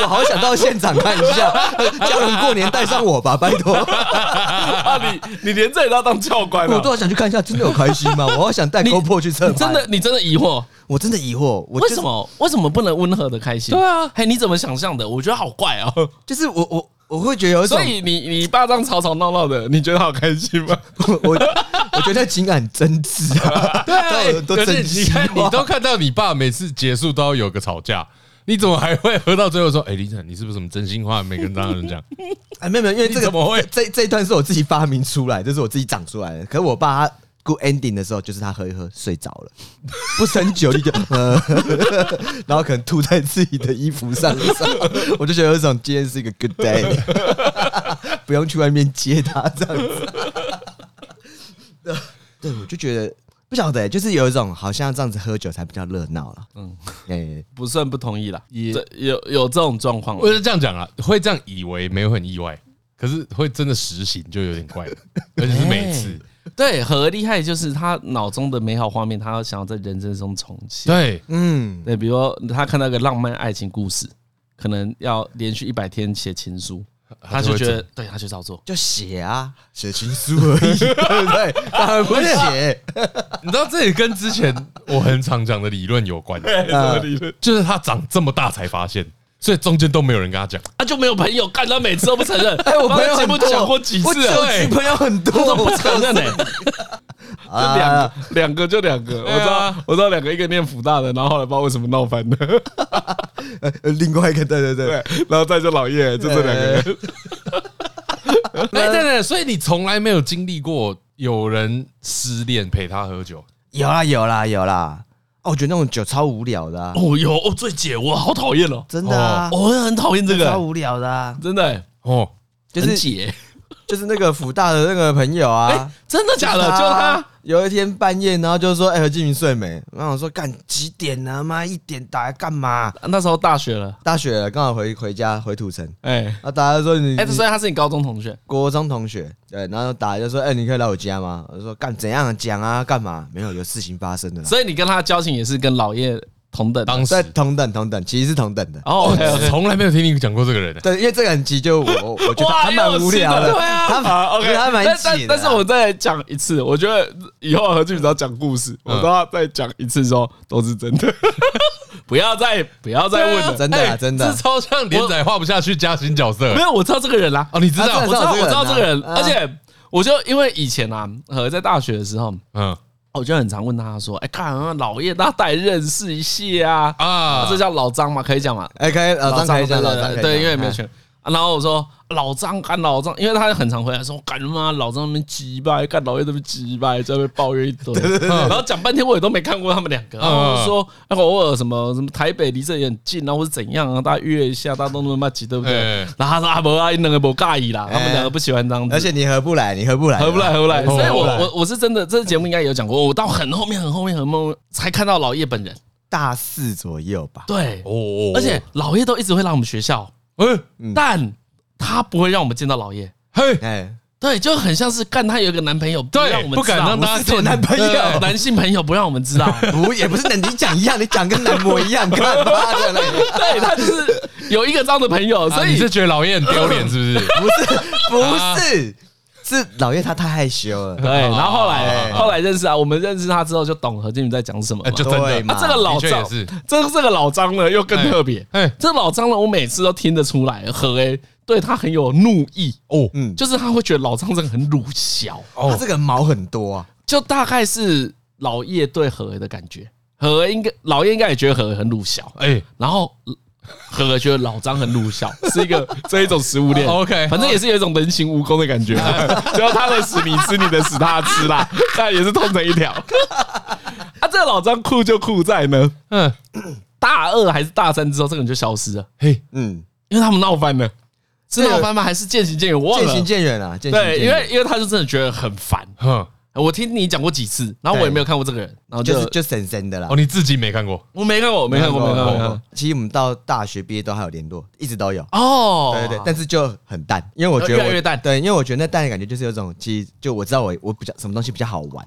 B: 我好想到现场看一下， (laughs) 家人过年带上我吧，拜托。
A: (laughs) (laughs) 啊，你你连这也都要当教官啊
B: 我
A: 了、
B: 都好想去看一下，真的有开心吗？我好想带 GoPro 去测
A: 你真的，你真的疑惑，
B: 我真的疑惑，我就
A: 为
B: 是
A: 什么为什么不能温和的开心？
C: 对啊
A: 嘿，你怎么想象的？我觉得好怪哦。
B: 就是我我我会觉得有一种
A: 所，以你你爸这样吵吵闹闹的，你觉得好开心吗？
B: 我 (laughs) 我我觉得情感很真挚啊，
C: (laughs) 对啊，
B: 都
C: 可
B: 都
C: 是
B: 真
C: 你
B: 心
C: 看，
B: 话
C: 你都看到你爸每次结束都要有个吵架，你怎么还会喝到最后说，哎， (laughs) 李晨，你是不是什么真心话没跟当人讲？ (laughs)
B: 哎，没有没有，因为这
C: 你怎
B: 个
C: 么会？
B: 这这一段是我自己发明出来，这是我自己长出来的。可是我爸他 good ending 的时候，就是他喝一喝睡着了，不胜酒力就 (laughs) 呃，然后可能吐在自己的衣服上的时候， (laughs) 我就觉得有一种今天是一个 good day，不 (laughs) 用去外面接他这样子。 (laughs) 对，我就觉得不晓得、就是有一种好像这样子喝酒才比较热闹了。嗯，哎、
A: (laughs) 不算不同意啦，
C: 也
A: 这有有这种状况啦
C: 我是这样讲啊，会这样以为没有很意外，可是会真的实行就有点怪，而且是每次。
A: 对，何厉害就是他脑中的美好画面，他要想要在人生中重现。
C: 对，
B: 嗯，
A: 对，比如说他看到一个浪漫爱情故事，可能要连续一百天写情书，他就觉得，对他就照做。
B: 就写啊，写情书而已，对不 (laughs) 对？当然不
A: 啊
B: 写。
C: 你知道这也跟之前我很常讲的理论有关，
A: 哎
C: 就是他长这么大才发现，所以中间都没有人跟他讲。
A: 啊，就没有朋友，干他每次都不承认。哎
B: 我朋友
A: 节
B: 很
A: 目
B: 多，
A: 讲过几
B: 我
A: 次哎了，
B: 酒局朋友
A: (laughs)
B: 很多，
A: 都不
B: 我
A: 承认呢、 (laughs)
B: 啊
A: 两个两个就两个，我知道我知道两个，一个念福大的，然后后来不知道为什么闹翻的， (laughs)
B: 呃呃另外一个，对对对，
A: 然后再就老叶，就这两个人。
C: 哎，对对，所以你从来没有经历过有人失恋陪他喝酒，
B: 有啦有啦有啦。哦，我觉得那种酒超无聊的啊，
A: 哦哟，哦最姐，我好讨厌哦，
B: 真的啊，
A: 我很讨厌这
B: 超
A: 个，
B: 无聊的啊，
A: 真的、欸，
C: 哦，
B: 就
A: 很
B: 是
A: 解，
B: 就是那个福大的那个朋友
A: 哎、
B: 啊。
A: 真的假的？啊就他。
B: 有一天半夜，然后就说：“哎、何敬明睡没？”然后我说：“干几点呢、妈一点打来干嘛
A: 那时候大学了，？”
B: 大学了，刚好回回家回土城，
A: 哎、
B: 然后啊大家说你：“
A: 哎、
B: 你
A: 所以他是你高中同学，
B: 国中同学，对，然后打来就说：“哎、你可以来我家吗？”我就说：“干怎样啊讲啊，干嘛？没有，有事情发生的啦。”
A: 所以你跟他的交情也是跟老叶同等的。
C: 当时
B: 对，同等同等，其实是同等的。
A: 哦，OK，OK，
C: 从来没有听你讲过这个人。
B: 对，因为这个很急，就我我我觉得他蛮无聊的，
A: 对啊，
B: 他
A: 好
B: 我觉
A: OK，
B: 得他蛮
A: 但
B: 挤
A: 但
B: 的。啊
A: 但是我再讲一次，我觉得以后何俊只要讲故事，我都要再讲一次，说都是真
B: (laughs)
A: 的，不要再不要再问了。
B: 真的啊真的
C: 这 (laughs) 超像连载画不下去加新角色
A: 没。有，我知道这个人啦，
C: 哦，你知
B: 啊
C: 道
A: 我知
B: 真？的
A: 道我知道这
B: 这
A: 个
B: 个
A: 人，
B: 人啊
A: 而且我就因为以前啊，呃，在大学的时候，
C: 嗯
A: 我就很常问他说，哎，看啊老叶，那带认识一下啊，
C: 啊，
A: 这叫老张嘛，可以讲嘛，
B: 哎，可以，老张可以讲，
A: 对
B: 老
A: 对
B: 张可
A: 对
B: 以讲
A: 对，因为没有
B: 哎
A: 权。啊然后我说老张干老张，因为他很常回来说干妈老张那边鸡掰，干老叶那边鸡掰，在那边抱怨一堆。然后讲半天我也都没看过他们两个，然后我就说那个偶尔什么什么台北离这也很近啊，或是怎样啊，大家约一下，大家都那么急，对不对
C: 哎？
A: 然后他说啊不啊，你两个不介意啦，他们两个不喜欢这样子
B: 哎而。且你合不来，你合不来，啊
A: 合不来，合不来。
C: 合不
A: 所
C: 来
A: 以我我我是真的，这个节目应该有讲过，我到很后面、很后面、很后面才看到老叶本人。
B: 大四左右吧。
A: 对，
C: 哦
A: 而且老叶都一直会来我们学校，
C: 嗯，
A: 但他不会让我们见到老叶。
C: 嘿，
B: 哎，
A: 对，就很像是干他有一个男朋友，不让
C: 对
A: 我，们
C: 不敢
A: 知道
C: 让大家
B: 是我男朋友
A: 对对对男性朋友不让我们知道。 (laughs)
B: 不，也不是你讲一样，你讲跟男模一样，干嘛
A: (laughs)
B: 的嘞？
A: 对他就是有一个这样的朋友，
C: 所
A: 所
C: 啊以你
A: 以
C: 是觉得老叶很丢脸 (laughs) 是不是？
B: 不是，不是，是老叶他太害羞
A: (laughs)
B: 了。
C: 啊
A: 对。然后后来
B: 哎
A: 后来认识啊，我们认识他之后就懂何建宇在讲什么
C: 哎
A: 嘛。
C: 就真
B: 对
C: 的
B: 嘛
A: 啊，这个老
C: 的确也
A: 张
C: 是，
A: 这这个老张呢又更特别。
C: 哎，
A: 这老张呢，我每次都听得出来，何哎，对他很有怒意哦，
B: 嗯
A: 就是他会觉得老张这个很鲁小，
B: 他这个毛很多啊，
A: 就大概是老叶对何的感觉。何应该老叶应该也觉得何很鲁小，
C: 哎，
A: 然后呃何觉得老张很入笑， (laughs) 是一个这一种食物链。
B: 哦
C: OK
A: 反正也是有一种人形蜈蚣的感
B: (laughs)
A: 觉，就是他的屎你吃，你的屎他吃啦，但也是痛成一条。啊，这个老张酷就酷在呢，
C: 嗯，
A: 大二还是大三之后，这个人就消失了，
C: 嘿，
B: 嗯，
A: 因为他们闹翻了。是
B: 这个
A: 闹翻吗？还是渐行渐远？我忘
B: 渐
A: 了
B: 行。渐远啊，渐行
A: 对，
B: 渐
A: 因为
B: 远，
A: 因为他就真的觉得很烦。
C: 哼，
A: 我听你讲过几次，然后我也没有看过这个人，然后就
B: 哦就是就神神的啦哦
C: 哦，。你自己没看过，
A: 我没看过，没看过，没看过没看过。。
B: 其实我们到大学毕业都还有联络，一直都有。
A: 哦，
B: 对对对，但是就很淡，因为我觉得我
A: 越来越淡
B: 对，因为我觉得那淡的感觉就是有种，其实就我知道我我比较什么东西比较好玩，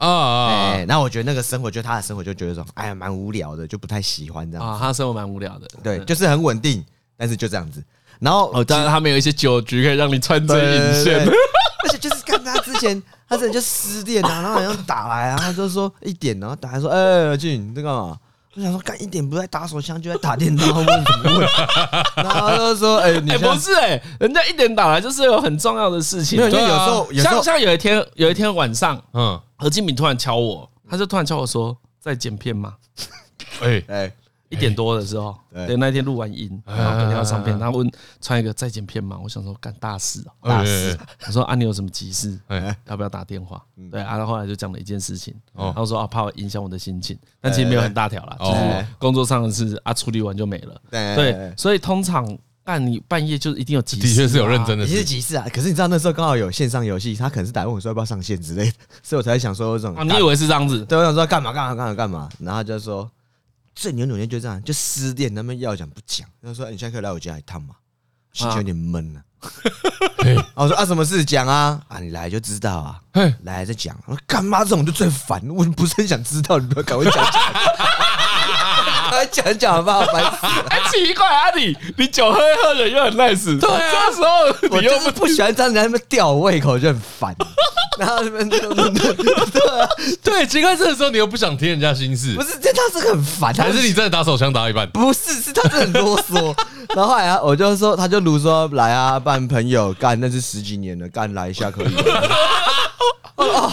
A: 哦
C: 啊啊啊
B: 哎，然后我觉得那个生活，就他的生活就觉得说，哎呀，蛮无聊的，就不太喜欢这样。
A: 啊，他生活蛮无聊的。
B: 对，就是很稳定，但是就这样子。然后
A: 哦，当然他们有一些酒局可以让你穿针
B: 对
A: 引
B: 对对
A: 线
B: 对。 (laughs) 而且就是看他之前，他之前就失恋啊，然后好像打来啊，他就说一点，然后打来说，哎、欸，俊，你在干嘛？我想说，干一点不在打手枪，就在打电脑，问什么问？然后他就说，哎、你
A: 哎，
B: 现在
A: 不是哎，人家一点打来就是有很重要的事情
B: 没有，。因为
C: 对
B: 有时
C: 啊
B: 候有时候
A: 像像有一天有一天晚上，
C: 嗯，
A: 何敬敏突然敲我，他就突然敲我说在剪片吗？
C: 哎，
B: 哎、
A: 一点多的时候，
B: 对哎
A: 对，那天录完音，然后隔天要上片，他问穿一个再剪片吗？我想说干大事哦，
C: 哎
A: 大事。我说啊，你有什么急事？
C: 哎哎，
A: 要不要打电话？对啊，然后后来就讲了一件事情，
C: 嗯哦
A: 他说啊，怕我影响我的心情，但其实没有很大条啦，
C: 哎
A: 就
B: 哎
A: 是工作上的事啊，处理完就没了。
B: 对
A: 对，所以通常干你半夜就是一定有急事啊，
C: 的确是有认真的
B: 你是
C: 事，
B: 几次啊？可是你知道那时候刚好有线上游戏，他可能是打来问我说要不要上线之类的，所以我才想说这种
A: 啊，你以为是这样
C: (laughs)
A: 子？
B: 对，我想说干嘛干嘛干嘛干嘛，然后他就说最牛扭捏就这样，就失恋，他们要讲不讲，他说、欸你现在可以来我家一趟嘛，心情有点闷了、
C: 嘿
B: 啊。 (laughs) 我说啊什么事讲啊啊你来就知道啊
C: 嘿，
B: 来再讲。我说干妈这种就最烦，我不是很想知道，你不要赶快讲讲， (laughs) 赶快讲讲好不好？烦死了。
A: 哎，奇怪啊你，你酒喝一喝人又很 nice，对啊，这时候
B: 我
A: 你又
B: 就是
A: 不
B: 不喜欢这样子在那边吊我胃口，就很烦。 (laughs) 然后那边 (laughs) 对啊，
C: 对，奇怪，这个时候你又不想听人家心事
B: 不，是，这他是很烦，他
C: 还是你真的打手枪打到一半？
B: 不是，是他真的很啰嗦。然后后来、啊、我就说，他就如说来啊，办朋友干，那是十几年了，干来一下可以吗。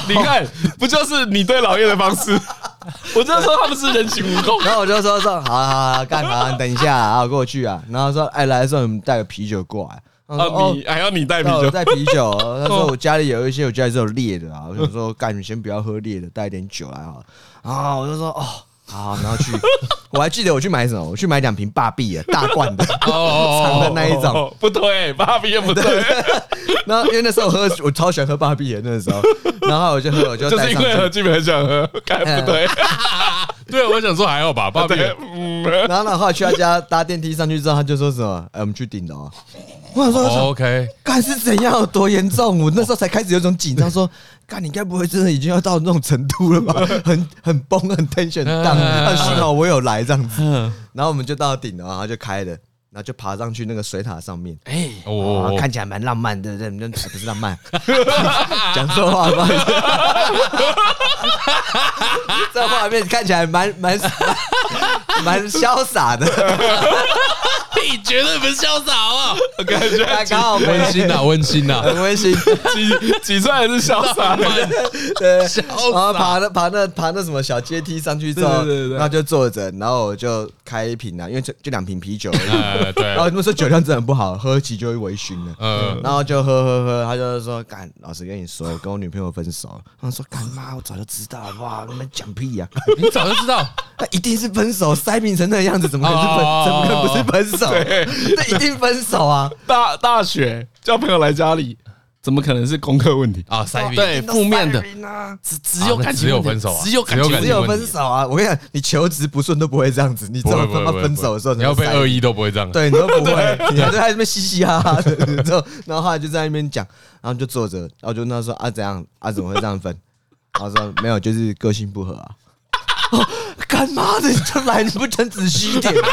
A: 你看，不就是你对老叶的方
C: (laughs)
A: 式？我就说他们是人形蜈蚣，
B: 然后我就说说好啊好啊好啊干好啊，你等一下啊，我过去啊。然后说哎来的时候你们带个啤酒过来。然后
A: 啊，
B: 说
A: 你还要你带啤
B: 那我
A: 酒，
B: 带啤酒，他说我家里有一些，我家里是有烈的啊。我想说，干你先不要喝烈的，带一点酒来好了。啊，我就说哦，好，然后去，我还记得我去买什么，我去买两瓶霸币的大罐的，
C: 哦哦
B: 长
C: 哦
B: 的那一种。
A: 哦不推，芭比也不推，
B: 然后因 (laughs) 为那时候我喝，我超喜欢喝芭比的那时候，然后我就喝，我就
A: 就是
B: 带
A: 因
B: 上
A: 为何
B: 去。
A: 俊明很想喝，该不推，
C: (laughs) 对，我想说还好吧，爸比，
A: 哎对，嗯，
B: 然后呢，后来去他家搭电梯上去之后，他就说什么：“哎，我们去顶楼啊。”我
A: 哦
B: 想说，
C: 哦 OK，
B: 干是怎样有多严重？我那时候才开始有种紧张，说：“干，你该不会真的已经要到那种程度了吧？很很崩，很 tension
A: 嗯
B: down，但幸好哦我有来这样子。”然后我们就到顶楼，然后就开了，然后就爬上去那个水塔上面。
A: 哎，
C: 哦
B: 哦
C: 哦，，
B: 看起来蛮浪漫的，对不对？不是浪漫，讲错话吧？ (laughs) 这画面看起来蛮蛮蛮蛮潇洒的，
C: 你绝对不潇洒啊！
A: 我感觉
B: 刚好没
C: 温馨呐，温馨啊哎呐，
B: 很温馨。
A: 哦几几岁还是潇洒的，
B: 对，
C: 潇
B: 然后爬那爬那爬那什么小阶梯上去之后
A: 对对对，对
B: 然后就坐着，然后我就开一瓶啊，因为就就两瓶啤酒而已。
C: 哎，对
B: 然，
A: 哦
B: 后他们说酒量真的很不好，喝起就会微醺了。
C: 呃，
B: 然后就喝喝喝，他就是说，干，老实跟你说，我跟我女朋友分手了。他说，干妈，我早就知道，哇，你们讲屁呀、 (laughs)
C: 你早就知道，
B: 那一定是分手，塞饼成那个样子，怎么可能是分？
C: 哦
B: 怎么可能不是分手？那一定分手啊！
A: 大大学叫朋友来家里，怎么可能是功课问题？
C: 啊，塞比，
A: 对，负面的只只有
C: 啊那
A: 感情问题，
C: 只有分手啊
A: 只有感情问
C: 只有感
A: 题
B: 只有分手啊！我跟你讲，你求职不顺都不会这样子，你只
C: 不
B: 有
C: 会不
B: 他
C: 会
B: 妈
C: 不会，
B: 分手的时候，
C: 你要被恶
B: 意，
C: 意都不会这样。
B: 对你都不
C: (laughs)
B: 会，你还在那边嘻嘻哈哈的。之后，然后后来就在那边讲，然后就坐着，然后就那说啊怎样啊怎么会这样分？然后说没有，就是个性不合啊。 (laughs) 哦干妈的，你就来，你不讲仔细一点？ (laughs) 干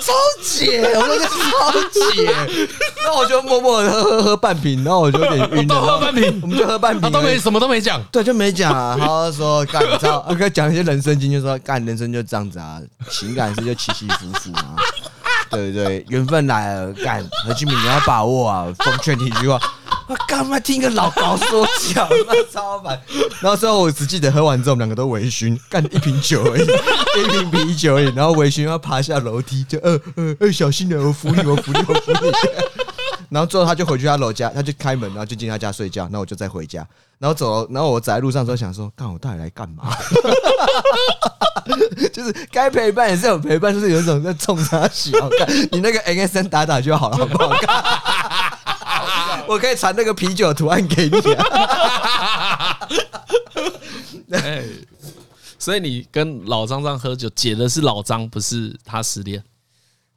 B: 超姐，我那个超姐，那我就默默的喝喝喝半瓶，然后我就有点晕了。
C: (laughs) 都喝半瓶
B: 我们就喝半瓶而
C: 他
B: 已，
C: 都没什么都没讲，
B: 对，就没讲啊。然后说干，你知道， (laughs) 啊跟讲一些人生经验，就说干，人生就这样子啊，情感是就起起伏伏嘛。对对，缘分来了，干何俊明你要把握啊！奉劝你一句话，我干嘛听个老高说教，那超烦。然后最后我只记得喝完之后，我们两个都微醺，干一瓶酒而已， (laughs) 一瓶啤酒而已。然后微醺要爬下楼梯，就呃呃呃，小心点，我扶你，我扶你，我扶你。然后最后他就回去他楼家，他就开门，然后就进他家睡觉。那我就再回家，然后走，然后我走在路上的时候想说，干我到底来干嘛？ (laughs) 就是该陪伴也是有陪伴，就是有一种在冲他笑。干你那个 NSN 打打就好了，好不好？干我可以传那个啤酒图案给你
C: (laughs)
B: 啊。
A: 哎，所以你跟老张这样喝酒，解的是老张，不是他失恋。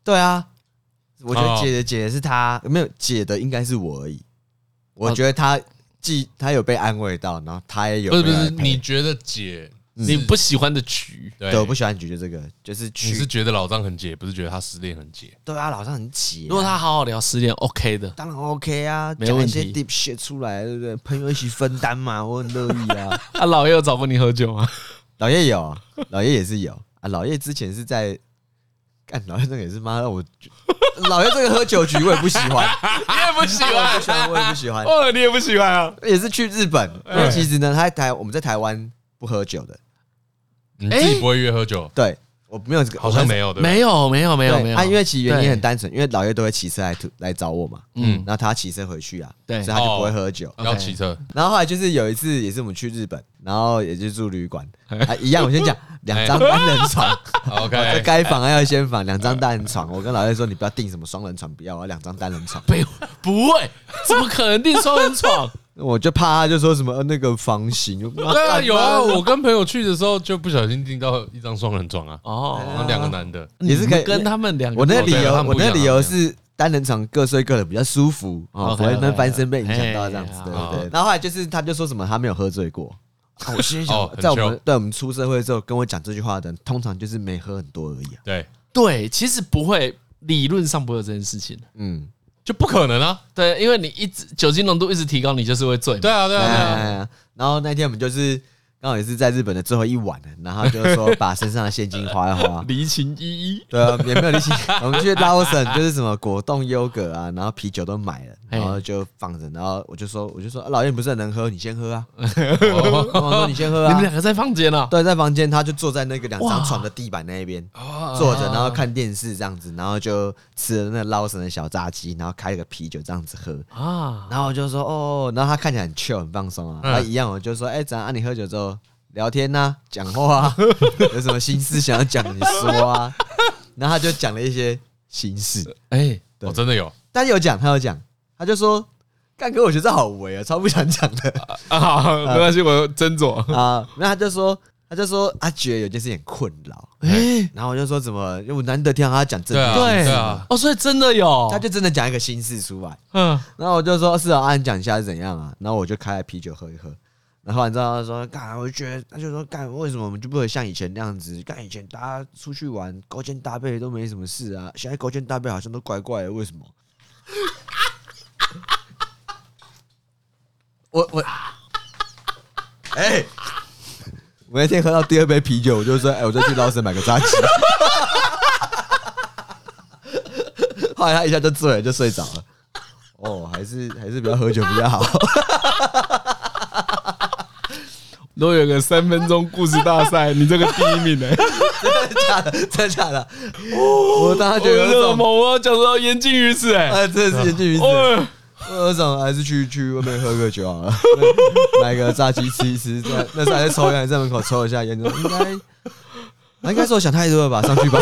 B: 对啊，我觉
C: 哦
B: 得解的解的是他，没有解的应该是我而已。我
A: 哦
B: 觉得他既他有被安慰到，然后他也有
C: 不是
B: 被
C: 不
B: 安
C: 是，
B: 慰
C: 你觉得解？
A: 你不喜欢的局，
C: 嗯对
B: 对，我不喜欢举就这个，就是
C: 你是
B: 去
C: 觉得老张很解，不是觉得他失恋很解？
B: 对啊，老张很解啊、
A: 如果他好好聊失恋，OK 的。
B: 当然 OK 啊，
A: 没问
B: 讲
A: 题
B: 一些 deep shit 出来，对不对？朋友一起分担嘛，我很乐意啊。
A: (laughs) 啊，老爷有找过你喝酒吗？
B: (laughs) 老叶有，老叶也是有啊。老叶之前是在干，老叶这个也是妈让我，老叶这个喝酒局我也不喜 (laughs) 欢，
A: (laughs) 你也不喜
B: 我
A: 欢
B: 也不喜欢，我也不喜欢。
A: 哦，你也不喜欢啊？
B: 也是去日本，因为其实呢，他在台我们在台湾不喝酒的，
C: (laughs) 你自己不会约喝酒，
A: 哎
B: 对我没有这个，
C: 好像没有对吧？
A: 没有，没有，没
B: 对
A: 有，没有。
B: 啊，因为其实原因很
A: 大，
B: 单纯，因为老叶都会骑车来来找我嘛，
A: 嗯
B: 嗯，然后他骑车回去啊，
A: 对
B: 所以他就不会喝酒。
C: 要
A: (laughs)
C: 骑车，
B: 然后后来就是有一次，也是我们去日本，然后也是住旅馆，啊，一样。我
C: (laughs)
B: 先讲两张单人床
C: OK
A: 啊
B: 我在该房还要先房，两张单人床。我跟老叶说，你不要订什么双人床，不要，我要两张单人床。
A: 不，不
C: (laughs)
A: 会，怎么可能订双人床？
B: 我就怕他就说什么呃那个房型，
C: 对啊，有啊，
B: 干嘛
C: 我跟朋友去的时候就不小心订到一张双人床啊，然
A: 哦，
C: 后两个男的，
B: 也是可以
A: 你跟他们两个，
B: 我那
C: 哦
B: 理
C: 对
B: 由
C: 他，们
B: 我
C: 不一
B: 那
C: 样
B: 理
C: 他
B: 由
C: 们不
B: 是单人床各睡各的，比较舒服哦，不
A: OK，OK，
B: 会那翻身被影响到这样子，
A: 哎
B: 对不
C: 哎
B: 对？然后后来就是他就说什么他没有喝醉过。啊我心里
C: 哦
B: 想，
C: 很
B: 在我
C: chill
B: 们在我们出社会之后，跟我讲这句话的人，通常就是没喝很多而已啊。
C: 对，
A: 对，其实不会，理论上不会有这件事情。
B: 嗯，
C: 就不可能啊，
A: 对，因为你一直酒精浓度一直提高，你就是会醉嘛。
C: 对啊，对啊，对啊，
B: 哎然后那天我们就是刚好也是在日本的最后一晚了，然后就说把身上的现金花一 (laughs) 花。
A: 离情依依，
B: 对啊，也没有力气。 (laughs) 我们去 Lawson 就是什么果冻、优格啊，然后啤酒都买了，
A: 嘿
B: 然后就放着。然后我就说，我就说、啊老叶你不是很能喝，你先喝 (laughs) 啊。我说你先喝
A: 你们
B: 啊。
A: 两个在房间啊？
B: 对，在房间他就坐在那个两张床的地板那边坐着，然后看电视这样子，然后就吃了那个 Lawson 的小炸鸡，然后开了个啤酒这样子喝。
A: 啊，
B: 然后我就说哦，然后他看起来很 chill 很放松啊，
C: 嗯
B: 他一样，我就说哎，怎样、啊？你喝酒之后聊天呐、讲话、啊， (laughs) 有什么心事想要讲，你说啊。然后他就讲了一些心事，
A: 哎，
B: 对
C: 我哦真的有
B: 但有讲，他有讲，他就说干哥，我觉得这好违啊，超不想讲的
A: 啊， (laughs) 好，没关系，我斟酌。
B: 啊。那他就说，他就说他觉得有件事情很困扰，
A: 哎，
B: 然后我就说怎么，因为我难得听到他讲正经
C: 对啊
B: 心
A: 对
B: 事
C: 啊
B: 嘛，
A: 哦，所以真的有，
B: 他就真的讲一个心事出来。
A: 嗯，
B: (laughs) 然后我就说是啊，啊你讲一下是怎样啊？然后我就开了啤酒喝一喝。然后你知道他说干，我就觉得他就说干，为什么我们就不能像以前那样子？干以前大家出去玩勾肩搭背都没什么事啊，现在勾肩搭背好像都怪怪的，为什么？ (laughs) 我我，哎、我那天喝到第二杯啤酒，我就说，哎、我再去捞神买个炸鸡。 (laughs) 后来他一下就醉了，就睡着了。哦，还是还是不要喝酒比较好。 (laughs)
A: 如果有个三分钟故事大赛，你这个第一
C: (laughs)
A: 名哎、
B: 假的，真的假的？我当时
A: 哦我
B: 觉得有
A: 热
B: 一
A: 猛，
B: 种，
A: 我要讲到言尽于此哎、
B: 啊，真的是近于此。我
A: 哦，
B: 有种还是去去外面喝个酒好了，买个炸鸡吃一吃。那那时候还在抽烟，还在门口抽一下烟，应该。啊应该是我想太多了吧，上去
A: (laughs)
B: 吧，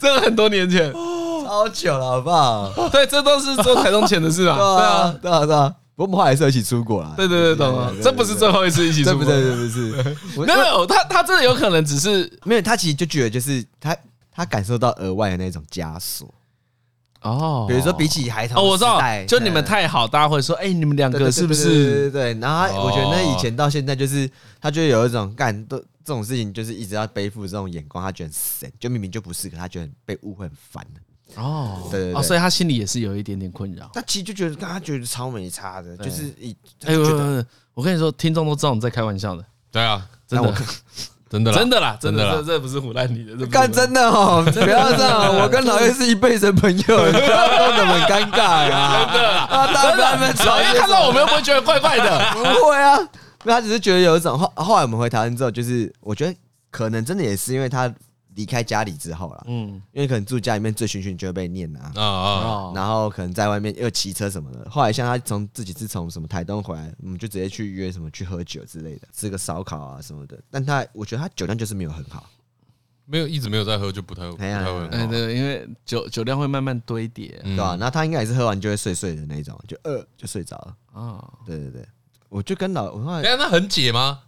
A: 这个很多年前，
B: 哦超久了，好不好？
A: 对，这都是周台东前的事
B: 对
A: 啊。
B: 啊，对啊，对啊。不过我们后来还是有一起出国啦，
A: 对对对，懂了，这不是最后一次一起
B: 对
A: 出
B: 不
A: 国，
B: 对？对不是，我
A: (laughs) 没有没有，他他真的有可能只是
B: 没有，他其实就觉得就是他他感受到额外的那种枷锁，
A: 哦
B: 比如说比起孩童
A: 哦，我知道
B: 时代，
A: 就你们
B: 嗯
A: 太好，大家会说，哎、你们两
B: 对对
A: 个是不
B: 对
A: 是？
B: 对对对，然后他
C: 哦
B: 我觉得那以前到现在，就是他就有一种干都这种事情，就是一直要背负这种眼光，他觉得很神，就明明就不是，可他觉得被误会很烦。
A: 哦，
B: 对对对
A: 哦，所以他心里也是有一点点困扰。
B: 他其实就觉得，干他觉得超没差的，
A: 对
B: 就是一他
A: 哎、
B: 就
A: 不
B: 觉
A: 不
B: 得
A: 不我跟你说，听众都知道你在开玩笑的，
C: 对啊，
A: 真
B: 那我
A: 的。
C: 真的
A: (laughs)
C: 啦，
A: 真的啦，真的，
C: 真的
A: 这
C: 啦
A: 这不是唬烂你的，这不是
B: 干
A: 唬烂
B: 真的哦，不要这样，我跟老岳是一辈子的朋友，不要弄得很尴尬呀。
A: 真的啦
B: 啊，大家们
A: 老
B: 吵
A: 爷哎看到我们又不会觉得怪怪
B: (laughs)
A: 的？
B: 不会啊，没有他只是觉得有一种后后来我们回台湾之后，就是我觉得可能真的也是因为他离开家里之后啦，
A: 嗯，
B: 因为可能住家里面醉醺醺就会被念啊。
C: 啊啊，
A: 哦，
B: 然后可能在外面又骑车什么的。后来像他从自己是从什么台东回来，我们就直接去约什么去喝酒之类的，吃个烧烤啊什么的。但他我觉得他酒量就是没有很好，
C: 没有一直没有在喝就不太不
B: 哎
C: 太
B: 呀
C: 会很
A: 哎
C: 好。
A: 对，因为酒酒量会慢慢堆叠
C: 嗯
B: 对啊吧、那他应该也是喝完就会睡睡的那种，就呃就睡着了。
A: 啊，
B: 对对对，我就跟老我后
C: 等
B: 来
C: 一下哎那很解吗？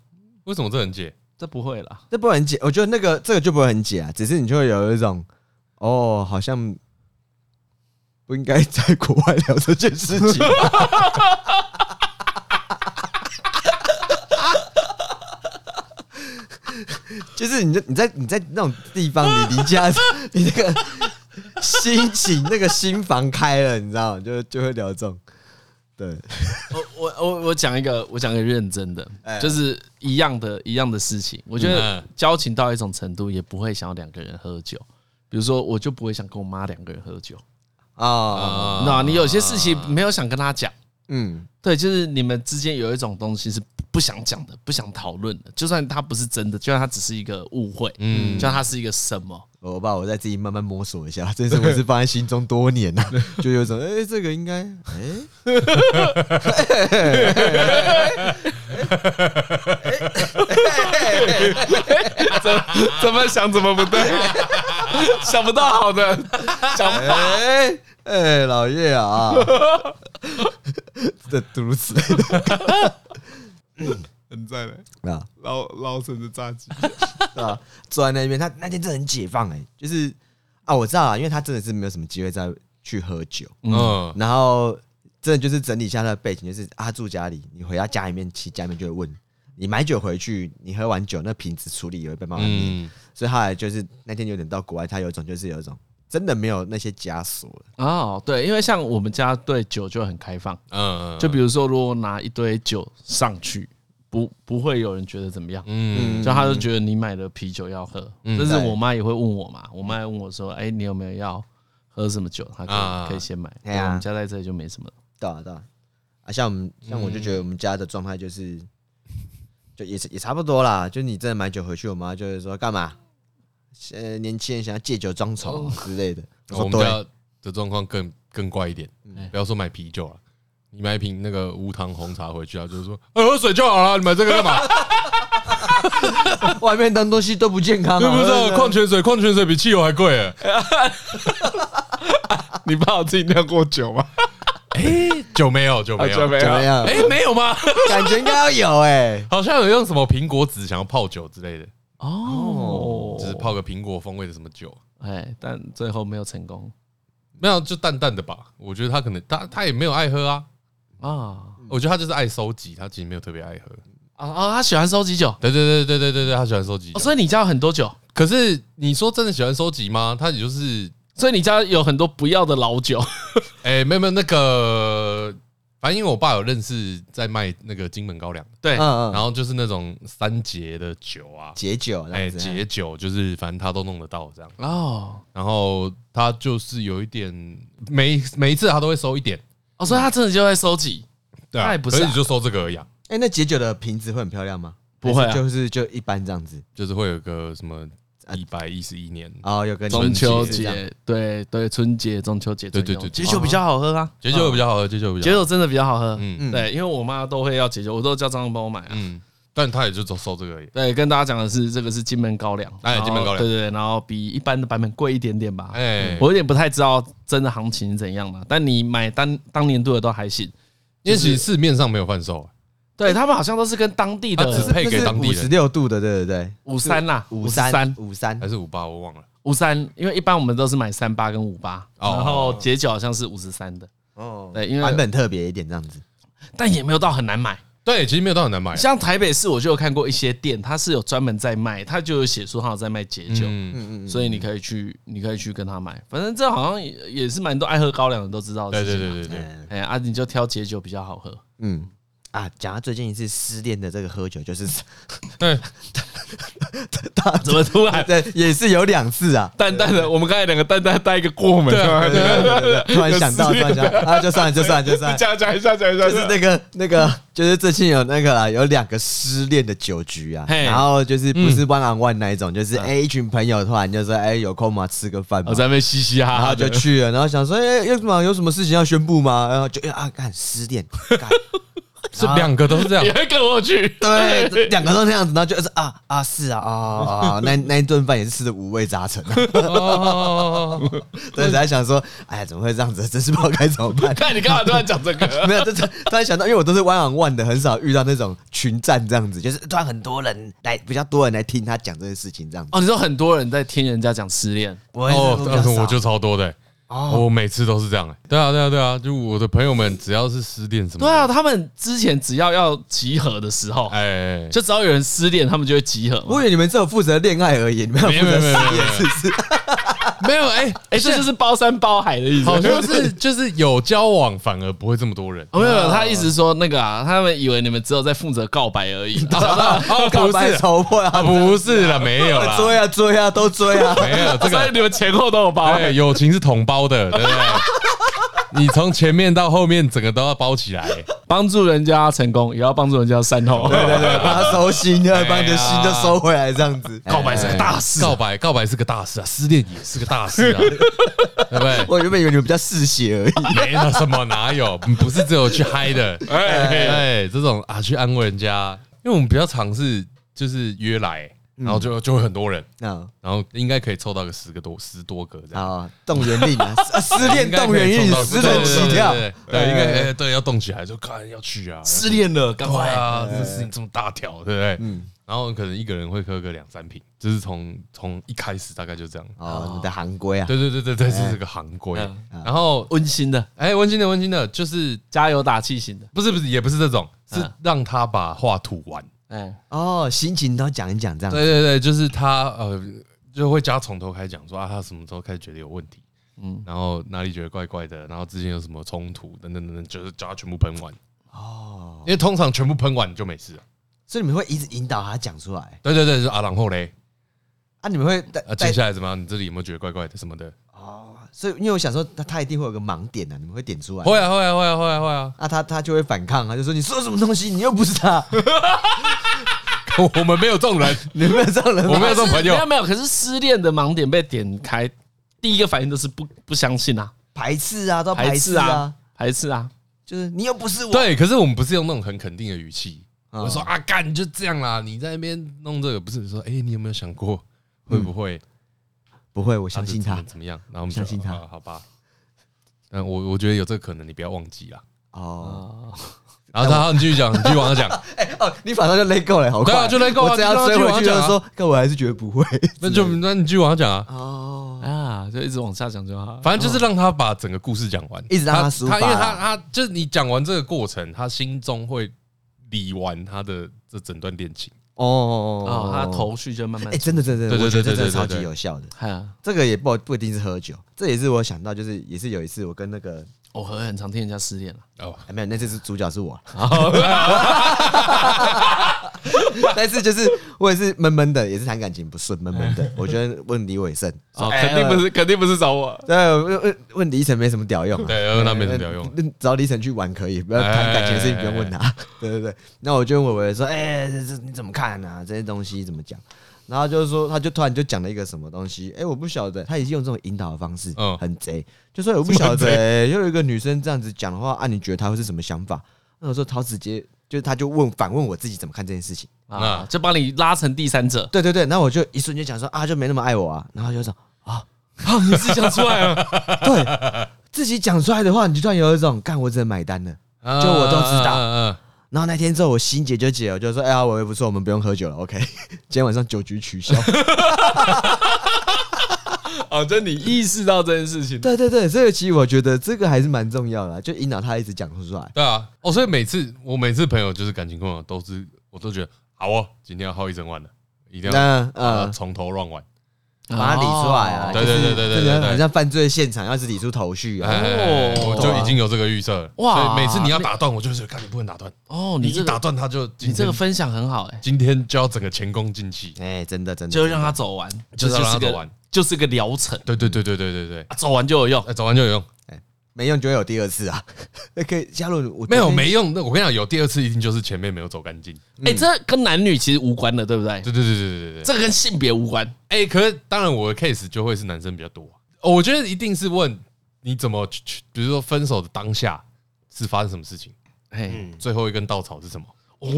C: 为什么这很解？
A: 这不会啦，
B: 这不会很解，我觉得那个这个就不会很解啊，只是你就会有一种哦，好像不应该在国外聊这件事情。 (laughs) 就是你在你在你在那种地方，你离家， (laughs) 你那个心情那个心房开了，你知道吗？就就会聊这种，对，
A: 我我我我讲一个，我讲一个认真的
B: 哎，
A: 就是一样的一样的事情。我觉
C: 嗯
A: 得
C: 嗯
A: 交情到一种程度，也不会想要两个人喝酒。比如说，我就不会想跟我妈两个人喝酒。
B: 哦，
C: 啊，
A: 那你有些事情没有想跟她讲，
B: 嗯，
A: 对，就是你们之间有一种东西是不想讲的，不想讨论的。就算它不是真的，就算它只是一个误会，嗯，就算它是一个什么，
B: 哦我把我再自己慢慢摸索一下，这是我是放在心中多
A: (laughs)
B: 年了、就有一种哎、这个应该哎，
A: 怎么想怎么不对，想不到好的，想不到
B: 哎、哎、老叶啊，这诸如此类的
D: 很赞的，
B: 啊，
D: 捞捞成的炸鸡，
B: 对吧？坐在那边，他那天真的很解放哎、就是啊，我知道啊，因为他真的是没有什么机会再去喝酒，
C: 嗯
B: 然后真的就是整理一下他的背景，就是啊，他住家里，你回到家里面，其实家里面就会问你买酒回去，你喝完酒那瓶子处理也会被妈妈念。
C: 嗯，
B: 所以后来就是那天有点到国外，他有一种就是有一种真的没有那些枷锁了。
A: 哦，对，因为像我们家对酒就很开放，
C: 嗯，
A: 就比如说，如果拿一堆酒上去，不不会有人觉得怎么样，
C: 嗯
A: 就他就觉得你买的啤酒要喝，
C: 嗯
A: 但是
B: 对
A: 我妈也会问我嘛，我妈也问我说，哎，你有没有要喝什么酒？她可
C: 啊
A: 以可以先买，
B: 哎
A: 对
B: 呀
A: 我们家在这里就没什么。
B: 对啊，对啊，啊，像我们像我就
C: 嗯
B: 觉得我们家的状态就是，就也是也差不多啦。就你真的买酒回去，我妈就会说干嘛？呃，年轻人想要借酒装丑之类的。
C: 哦我
B: 我
C: 们
B: 说
C: 家
B: 对，
C: 的状况更更怪一点，不要说买啤酒了，啊你买一瓶那个无糖红茶回去啊，就是说，哎，喝水就好了，你买这个干嘛？
B: (laughs) 外面当东西都不健康、啊，
C: 知不知
B: 对
C: 道
B: 对
C: 矿泉水，矿泉水比汽油还贵哎！
D: 你爸有自己酿过酒吗？
C: 哎，酒没有，酒没有，
D: 没
B: 怎么
D: 有，
B: 样？
C: 哎，没有吗？
B: (laughs) 感觉应该要有哎、
C: 好像有用什么苹果籽想要泡酒之类的，
A: 哦，
C: 就是泡个苹果风味的什么酒，
A: 哎，但最后没有成功
C: 没有就淡淡的吧。我觉得他可能他他也没有爱喝啊，
A: 啊
C: 我觉得他就是爱收集，他其实没有特别爱喝。
A: 啊啊！她喜欢收集酒，
C: 对对对对对对对，他喜欢收集
A: 哦
C: 酒。
A: 所以你家有很多酒，
C: 可是你说真的喜欢收集吗？他也就是
A: 所以你家有很多不要的老酒。
C: 哎，没有没有那个，反正因为我爸有认识在卖那个金门高粱，
A: 对，
B: 嗯
C: 然
B: 嗯，
C: 后就是那种三节的酒啊，
B: 解酒，
C: 哎，
B: 哎
C: 解酒就是反正他都弄得到这样。
A: 哦
C: 然后他就是有一点，每每一次他都会收一点，
A: 哦，所以他真的就在收集。
C: 对
A: 那
C: 啊，
A: 也不是啊
C: 可你就收这个而已、啊，
B: 哎、那解酒的瓶子会很漂亮吗？
A: 不会啊
B: 还是就是就一般这样子。
C: 就是会有个什么
A: 啊
C: 一百一十一年
B: 哦，有个
A: 中秋
B: 这样
A: 节，对对，春节、中秋节，
C: 对
A: 春节
C: 对对对
A: 解酒比较好喝啊，
C: 解酒比较好喝，解酒比
A: 解
C: 较好
A: 酒真的比较好喝。
C: 嗯
B: 嗯
A: 对，因为我妈都会要解酒，我都叫张张帮我买啊。
C: 嗯，但他也就收收这个而已。啊
A: 对，跟大家讲的是，这个是金门高粱，
C: 哎
A: 然后
C: 金门高粱
A: 对对，对然后比一般的版本贵一点点吧。
C: 哎，
A: 我有点不太知道真的行情是怎样嘛，但你买当当年度的都还行。
C: 因为其实市面上没有贩售啊，
A: 对他们好像都是跟当地
C: 啊它只
A: 的
C: 是配给当地
B: 五
C: 人
B: 十六度的，对不对？
A: 五三啦，
B: 五
A: 三
B: 三五三
C: 还，是五八我忘了。
A: 五三，因为一般我们都是买三八跟五八，
C: 哦
A: 然后解酒好像是五十三的，
B: 哦，
A: 对，因为
B: 版本特别一点这样子。
A: 但也没有到很难买。
C: 对，其实没有到很难买啊。
A: 像台北市，我就有看过一些店，它是有专门在卖，它就有写说它有在卖解酒，
C: 嗯，
A: 所以你可以去，你可以去跟他买。反正这好像也也是蛮多爱喝高粱的都知道的
C: 对
A: 事
C: 对
A: 情嘛。
C: 对对对，
B: 嗯
A: 哎啊，你就挑解酒比较好喝。
B: 嗯啊，讲到最近一次失恋的这个喝酒，就是
C: 对，
B: 大
A: 怎么突然
B: (laughs) 对，也是有两次
C: (laughs)
B: 啊。
A: 淡淡的？我们刚才两个淡淡带一个过门，
B: 对对
A: 啊
B: 对对对突然想到，突然想到，啊，就算了，就算了，就算了。
D: 讲讲一下，讲一下，
B: 就是那个那个，就是最近有那个啦，有两个失恋的酒局啊，
A: 嘿
B: 然后就是不是 one on one 那一种，就是哎、一群朋友突然就说哎、有空吗吃个饭吗
A: 哦我？在哦那边嘻嘻哈
B: 然
A: 哈
B: 后
A: 的
B: 就，去了，然后想说哎、有什么有什么事情要宣布吗？然后就哎啊干失恋，干
C: 是两个都是这样
A: 也，会跟我去，
B: 对，这两个都那样子，然后就是啊啊是啊啊啊，啊那那一顿饭也是吃的五味杂陈、啊， (laughs)
C: 哦，
B: 对，才想说哎怎么会这样子，真是不知道该怎么办。
A: 看你干嘛突然讲这 (laughs) 个？
B: (laughs) 没有，就是突然想到，因为我都是 one on one 的，很少遇到那种群战这样子，就是突然很多人来，比较多人来听他讲这件事情这样子。
A: 哦，你说很多人在听人家讲失恋，
B: 我也是
C: 哦，
B: 比较
C: 但是
B: 少
C: 我就超多的、欸
A: 哦
C: 我每次都是这样、欸。对啊，对啊，对啊，就我的朋友们只要是失恋什么
A: 对
C: 的，
A: 啊，他们之前只要要集合的时候，
C: 哎、哎，
A: 就只要有人失恋，他们就会集合嘛。
B: 我以为你们只有负责恋爱而已，你们要
C: 没
B: 负
C: 有没有
B: 责事
C: 没有没
B: 业
C: 有
B: 是不
C: (laughs)
B: 是？
C: 没有哎、
A: 哎，这就是包山包海的意思。
C: 好像是就是有交往反而不会这么多人。
A: 哦没有没有，他一直说那个啊，他们以为你们只有在负责告白而 (laughs) 已。
C: 啊
A: 哦
C: 啊
B: 告
C: 不
B: 白
C: 是
B: 仇破啊
C: 啊，，不是了，没有
A: (laughs)
B: (laughs)
C: 啦，，
B: 追啊追啊都追啊
C: 没有这
A: 所以
C: 个，
A: 你们前后都有包。 (laughs)
C: 哎，友情是同包的，对不对？你从前面到后面，整个都要包起来、
A: 帮助人家成功，也要帮助人家善后。
B: (laughs) 对对对，把他收心，要把你的心
C: 哎呀
B: 都收回来这样子。
A: 告白是个大事啊
C: 告哎白告白是个大事啊，失恋也是个大事
A: (laughs)
C: 啊，对不对？
B: 我原本以为你们比较嗜血而已，
C: 没有什么，哪有？不是只有去嗨的，哎哎，这种啊，去安慰人家，因为我们比较常是就是约来，然后就就会很多人，
B: 啊
C: 然后应该可以凑到个十个多十多个这样。
B: 啊，动员令
C: (laughs)
B: 啊，啊失恋
C: 应该
B: 动
C: 可
B: 员
C: 以
B: 令
C: 凑到，
B: 十人起跳，
C: 对，对对对对应该哎对要动起来，就看要去啊，
A: 失恋了，赶
C: 对
A: 快！
C: 啊，这事情这么大条，对不对？嗯。然后可能一个人会喝个两三瓶，就是从从一开始大概就这样。
B: 哦，你的行规啊，
C: 对对对对对，这是个行规。
A: 嗯
C: 然后
A: 温馨的，
C: 哎，温馨的温馨的，就是
A: 加油打气型的。
C: 不是不是，也不是这种，是
A: 嗯
C: 让他把话吐完。
A: 哎，
B: 哦，心情都讲一讲这样子
C: 对对对，就是他呃，就会加从头开始讲说啊，他什么时候开始觉得有问题，嗯，然后哪里觉得怪怪的，然后之前有什么冲突等等等等，就是叫他全部喷完。哦，因为通常全部喷完就没事了。
B: 所以你们会一直引导他讲出来
C: 对对对，就是啊，然后嘞，
B: 啊？你们会带
C: 啊，
B: 带
C: 接下来怎么样？你这里有没有觉得怪怪的什么的？
B: 哦，所以因为我想说他他一定会有个盲点啊，你们会点出来，
C: 会啊会啊会啊会啊会啊！
B: 那他他就会反抗，他就说你说什么东西，你又不是
C: (laughs)
B: 他，
C: 我们没有这种人，
B: 你有没有这种人吗？
C: 我没有这种朋友
A: 没有没有。可是失恋的盲点被点开，第一个反应都是不不相信啊，
B: 排斥啊，都
A: 排
B: 排
A: 斥
B: 斥
A: 啊
B: 啊，，
A: 排斥啊。
B: 就是你又不是我，
C: 对，可是我们不是用那种很肯定的语气，
B: 嗯
C: 我说啊，干你就这样啦，你在那边弄这个，不是说哎、你有没有想过会不会、
B: 不会，我相信
C: 他
B: 他
C: 啊怎么怎么样？然后我们就
B: 相信他
C: 啊好吧。但我我觉得有这个可能，你不要忘记啦。
B: 哦。 (laughs)
A: 哦，
C: 然后他你继续讲，你继续往下讲，
B: 哎哦，你反正就 let go 了，好快，
C: 对啊就 let go 啊
B: 我只要追回去
C: 就
B: 就
C: 让他去玩啊
B: 说，但我还是觉得不会。
C: (laughs) 那就那你继续往下讲啊。
B: 哦，
A: 啊，就一直往下讲就好。
C: 反正就是让他把整个故事讲完，
B: 一直让他抒
C: 他
B: 发啊
C: 因为他他就是你讲完这个过程，他心中会理完他的这整段恋情。
B: 哦哦
A: 哦，他头绪就慢慢
B: 哎，。真的真的，
C: 对对
B: 我觉得
C: 对对
B: 真的
C: 对
B: 超级
C: 对对
B: 有效的。
A: 哎呀，
B: 这个也不不一定是喝酒，这也是我想到，就是也是有一次我跟那个
A: 哦我很很常听人家失恋了。
C: 哦，
B: 啊，没有，那次是主角是我。 (laughs)
A: 哦
B: 但是就是我也是闷闷的，也是谈感情不顺，闷闷
A: (laughs)
B: 的。我觉得问李伟胜，
A: 哦，肯定不是，肯定不是找我。
B: 对，问问呃问李晨没什么屌用、啊。
C: 对呃那没什么屌用哎
B: 那找李晨去玩可以，不要谈感情的事情不用问他。对对对，那我就问伟伟说：“哎、这这你怎么看啊？这些东西怎么讲？”然后就是说，他就突然就讲了一个什么东西，哎、我不晓得，他也是用这种引导的方式，
C: 嗯
B: 很贼，就说我不晓得、欸，又有一个女生这样子讲的话，啊，你觉得她会是什么想法？那我说他直接就是他就问反问我自己怎么看这件事情，
A: 啊，就把你拉成第三者。
B: 对对对，然后我就一瞬间讲说啊，就没那么爱我啊，然后就说
A: 啊，你自己讲出来了。
B: 自己讲出来的话，你就突然有一种干，我只能买单了。
C: 就
B: 我都知道
C: 嗯
B: 然后那天之后，我心结就解了，我就说：“哎呀，我也不错，我们不用喝酒了，OK。今 (laughs) 天晚上酒局取消。 (laughs)
A: (laughs) 哦，就你意识到这件事情”。
B: 对对对，这个其实我觉得这个还是蛮重要的啊，就引导他一直讲出来。
C: 对啊，哦，所以每次我每次朋友就是感情困扰，都是我都觉得好哦，今天要耗一整晚了，一定要
B: 那
C: 把它
B: 呃，
C: 从头乱玩。
B: (laughs) 把它理出来啊，
A: 哦
B: 就是
C: 对对对对对对
B: 真的
C: 对
B: 很像犯罪现场，要是理出头绪啊。
C: 哎，
A: 哦
C: 我就已经有这个预设了。
A: 哇
C: 哇！每次你要打断，我就是看你不能打断，
A: 哦，
C: 你
A: 你
C: 一
A: 这
C: 打
A: 个
C: 断他就今
A: 你这个
C: 天
A: 分享很好哎、
C: 今天就要整个前功尽弃。
B: 哎，真的真的，
A: 就让他走完，
C: (laughs) 就是
A: 这
C: 让他
A: 个
C: 走完，
A: 就是个疗程，
C: 对对对对对对对，
A: 啊走完就有用。
C: 哎，走完就有用。
B: 没用就会有第二次啊。 (laughs) 那可以加入我
C: 没有没用，嗯那我跟你讲，有第二次一定就是前面没有走干净。
B: 嗯
A: 哎、这跟男女其实无关的，对不对？
C: 对对对对对对对。
A: 这个跟性别无关。
C: 哎，可是当然我的 case 就会是男生比较多啊。哦我觉得一定是问你怎么去，去比如说分手的当下是发生什么事情，
A: 哎、
B: 嗯
C: 最后一根稻草是什么？
A: 哦，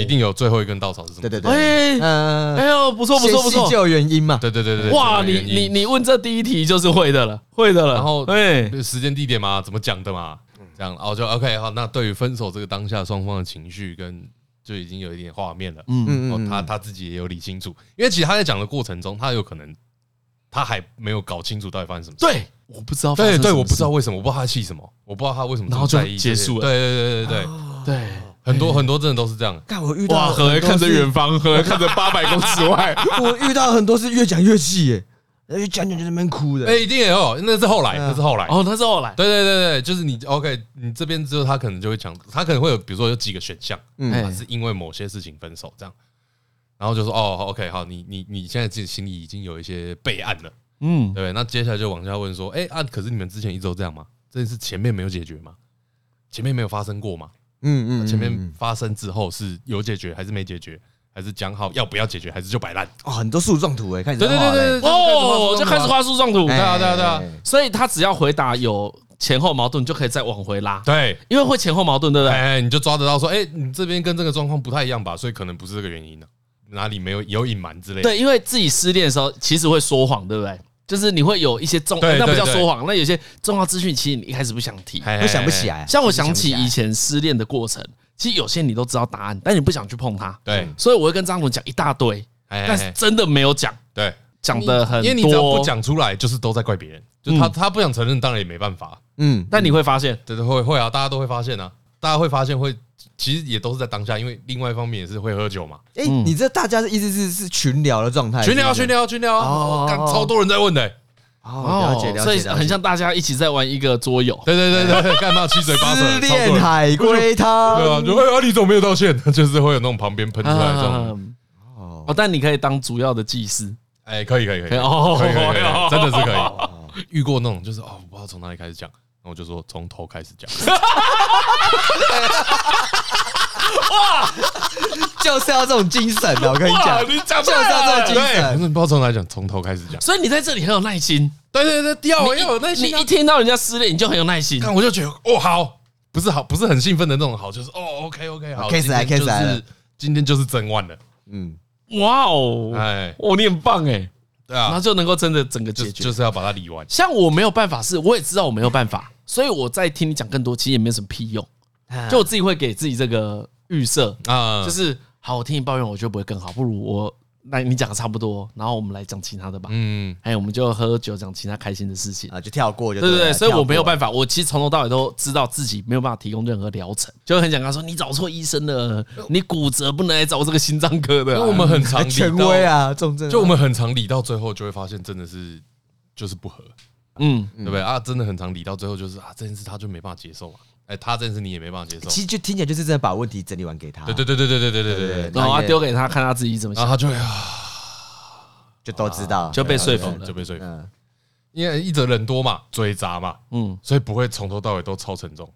C: 一定有最后一根稻草是什
B: 对
C: 么？
B: 对对，
A: 哎、
B: 嗯，
A: 哎呦，不错不错不
B: 先细
A: 错，
B: 究原因嘛，
C: 对对对对对。
A: 哇，
C: 这
A: 你
C: 个原因
A: 你你问这第一题就是会的了，会的了。
C: 然后
A: 哎、
C: 时间地点嘛，怎么讲的嘛，这样，然哦后就 OK 好。那对于分手这个当下，双方的情绪跟就已经有一点画面了。嗯
B: 嗯
C: 哦，他他自己也有理清楚，因为其实他在讲的过程中，他有可能他还没有搞清楚到底发生什么事。
A: 对，我不知道，
C: 对对，我不知道，为什么，我不知道他气什么，我不知道他为什么这么
A: 然后就
C: 在意这
A: 结
C: 些
A: 束了
C: 对对对对对，
A: 对。
C: 很多很多真的都是这样。
B: 但我遇
D: 哇，
B: 到
D: 何来
B: 很多
D: 看着
B: 是
D: 远方，何来看着八百公尺外，
B: (laughs) 我遇到很多是越讲越气耶，越讲讲就在那边哭的。
C: 哎，一定也有，那是后来，那是后来。
A: 哦，他是后来，
C: 对对对对，就是你 OK，你这边之后他可能就会讲，他可能会有比如说有几个选项，
B: 嗯
A: 哎
C: 啊是因为某些事情分手这样，然后就说哦好，OK，好，你你你现在自己心里已经有一些备案了，
A: 嗯，
C: 对，那接下来就往下问说，哎、啊，可是你们之前一直都这样吗？这件事前面没有解决吗？前面没有发生过吗？
B: 嗯嗯，
C: 前
B: 嗯
C: 面发生之后是有解决还是没解决？还是讲好要不要解决，还是就摆烂？
B: 哦，很多树状图哎，看起
C: 对
B: 来
C: 对
B: 很好
C: 对对，
B: 嘞，
C: 对
A: 哦，就开始，
C: 画
A: 画树状图，
B: 哎
C: 对啊对啊对啊，
A: 所以他只要回答有前后矛盾，就可以再往回拉，
C: 对，
A: 因为会前后矛盾，对不对？
C: 哎，你就抓得到说，哎，你这边跟这个状况不太一样吧，所以可能不是这个原因呢、哪里没有有隐瞒之类的。
A: 对，因为自己失恋的时候，其实会说谎，对不对？就是你会有一些重，哎
C: 对
A: 那不
C: 对
A: 叫
C: 对
A: 说谎，那有些重要资讯，其实你一开始不想提。
C: 哎
B: 我想不起。来，
A: 像我想起
B: 不
A: 以前失恋的过程，其实有些你都知道答案，但你不想去碰它，
C: 对，
A: 所以我会跟张总讲一大堆，
C: 哎哎
A: 但是
C: 哎
A: 真的没有讲，
C: 对，
A: 讲的很
C: 因为你只要不
A: 多。
C: 讲出来，就是都在怪别人，就是他他不想承认，当然也没办法。
B: 嗯，
A: 但你会发现，
C: 对对，会会啊，大家都会发现啊，大家会发现会，其实也都是在当下，因为另外一方面也是会喝酒嘛，
B: 哎，你这大家的意思是是群聊的状态，
C: 嗯群聊
B: 是
C: 群
B: 不是
C: 聊群聊啊，
B: 哦
C: 哦干超多人在问的欸，
B: 哦，了解了解，
A: 所以
B: 了解
A: 很像大家一起在玩一个桌游。
C: 对对对对，干嘛七嘴
B: (laughs)
C: 八舌
B: 失，
C: 超多
B: 恋啊
C: 人
B: 海龟
C: 对
B: 汤，
C: 啊，就哎啊，你怎么没有道歉？ (laughs) 就是会有那种旁边喷出来这
A: 啊
C: 种，
A: 哦，但你可以当主要的技师，
C: 哎，可以可以可以，
A: 可以哦
C: 可以可以可
A: 哎呦
C: 以真的是可以，遇过那种就是哦，我不知道从哪里开始讲，然后我就说从头开始讲，
B: 就是要这种精神啊的，我跟你讲，
A: 你讲
B: 就是要这种精
C: 对，我
B: 神，
C: 真的不知道从哪里讲，从头开始讲，
A: 所以你在这里很有耐心，
C: 对对对，要要有耐
A: 你
C: 心啊
A: 一，听到人家失恋，你就很有耐心。
C: 看我就觉得哦好，不是好，不是很兴奋的那种好，就是哦 OK OK 好，
B: 开始啊来
C: 今天就
B: 开始来
C: 是
B: 了
C: 今天就是真万了，
B: 嗯，
A: 哇哦，
C: 哎，
A: 哦，你很棒哎，
C: 对
A: 然
C: 啊
A: 后，就能够真的整个
C: 就
A: 解决
C: 就。是要把它理完，
A: 像我没有办法，是我也知道我没有办法，所以我在听你讲更多，其实也没什么屁用。
C: 哎嗯
A: 就我自己会给自己这个预设，
B: 哎
C: 啊，
A: 就。是好，我听你抱怨，我觉得不会更好，不如我那你讲的差不多，然后我们来讲其他的吧。
C: 嗯，
A: 哎，我们就喝酒讲其他开心的事情。
B: 啊，就跳过就
A: 对对
B: 对
A: 对，
B: 了，
A: 所以我没有
B: 法，
A: 办法，我其实从头到尾都知道自己没有办法提供任何疗程， (laughs) 就很想跟他说，你找错医生了，你骨折不能来找这个心脏科的
C: 哦因
A: 啊、
C: 为我们很常
B: 哎
C: 理
B: 权
C: 到
B: 威，啊，重症啊，
C: 就我们很常理到最后，就会发现真的是就是不合，
A: (laughs) 嗯，
C: 对不对啊？真的很常理到最后，就是啊，这件事他就没办法接受啊，哎，他这件事你也没办法接受，
B: 哎其实就听起来就是真的把问题整理完给他，
C: 对对对对对对对对对对，
A: 然后
B: 那
A: 他
B: 也
A: 丢给他看他自己怎么
C: 然
A: 想，
C: 后他就会啊
B: 就都知道，
A: 就被说服
C: 就
A: 了。
C: 被说服，
B: 嗯，
C: 因为一则人多嘛，嘴杂嘛，
A: 嗯，
C: 所以不会从头到尾都超沉重，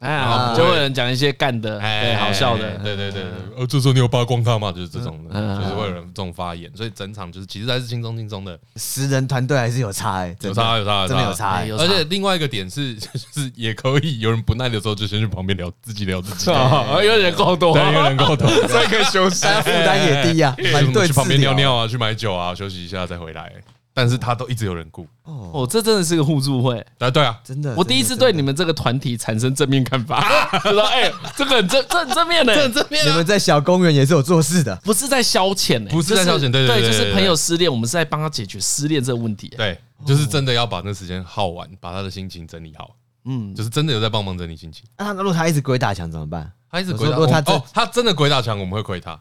A: 哎
C: 然
A: 呀，
C: 后
A: 就
C: 不会
A: 会有人讲一些干的，
C: 哎
A: 对，好笑的，
C: 对对对，对呃，这时候你有扒光他嘛，就是这种
A: 嗯
C: 的，就是会有人这种发言，所以整场就是其实还是轻松轻松的，
B: 十人团队还是有差哎，真
C: 有
B: 的
C: 差有差
B: 真的有差
A: 哎
B: 哎
A: 有，
C: 而且另外一个点是， (laughs) 就是也可以有人不耐的时候，就先去旁边聊自己聊自
A: (laughs)
B: (laughs)
C: 己，
B: 哦
A: 啊，有点够多
C: 哎对，因为人够多，
D: 所以可以休息。
B: 大家负担也低
C: (laughs)
B: 呀，
C: 就是
B: 团
C: 我们
B: 队
C: 去旁
B: 治
C: 边
B: 疗
C: 尿尿啊，去买酒啊，休息一下再回来。但是他都一直有人顾，
A: (laughs) 哦，这真的是个互助会。
C: 啊，对啊，
B: 真的，
A: 我第一次对你们这个团体产生正面看法， (laughs) 就说哎，这个很正这很正面
C: (laughs)
A: 的，
C: 这边
B: 真的你们在小公园也是有做事
C: (laughs)
B: 的，
A: 不是在消遣欸，
C: 不是在消遣
A: 就是
C: 对对对
A: 就
C: 对
A: 是
C: 对
A: 朋友失恋，我们是在帮他解决失恋这个问题欸。
C: 对，就是真的要把那时间耗完，把他的心情整理好，
A: 嗯，
C: 就是真的有在帮忙整理心情。
B: 啊那他如果他一直鬼打墙怎么办？
C: 他一直
B: 我
C: 鬼
B: 说
C: 打
B: 如果他
C: 我
B: 真
C: 哦，他真的鬼打墙，我们会亏他，